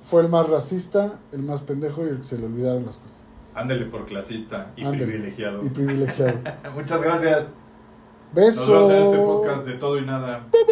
fue el más racista, el más pendejo y el que se le olvidaron las cosas. Ándele por clasista y Ándele. privilegiado. Y privilegiado. Muchas gracias. Nos Besos. este vemos en este podcast de todo y nada.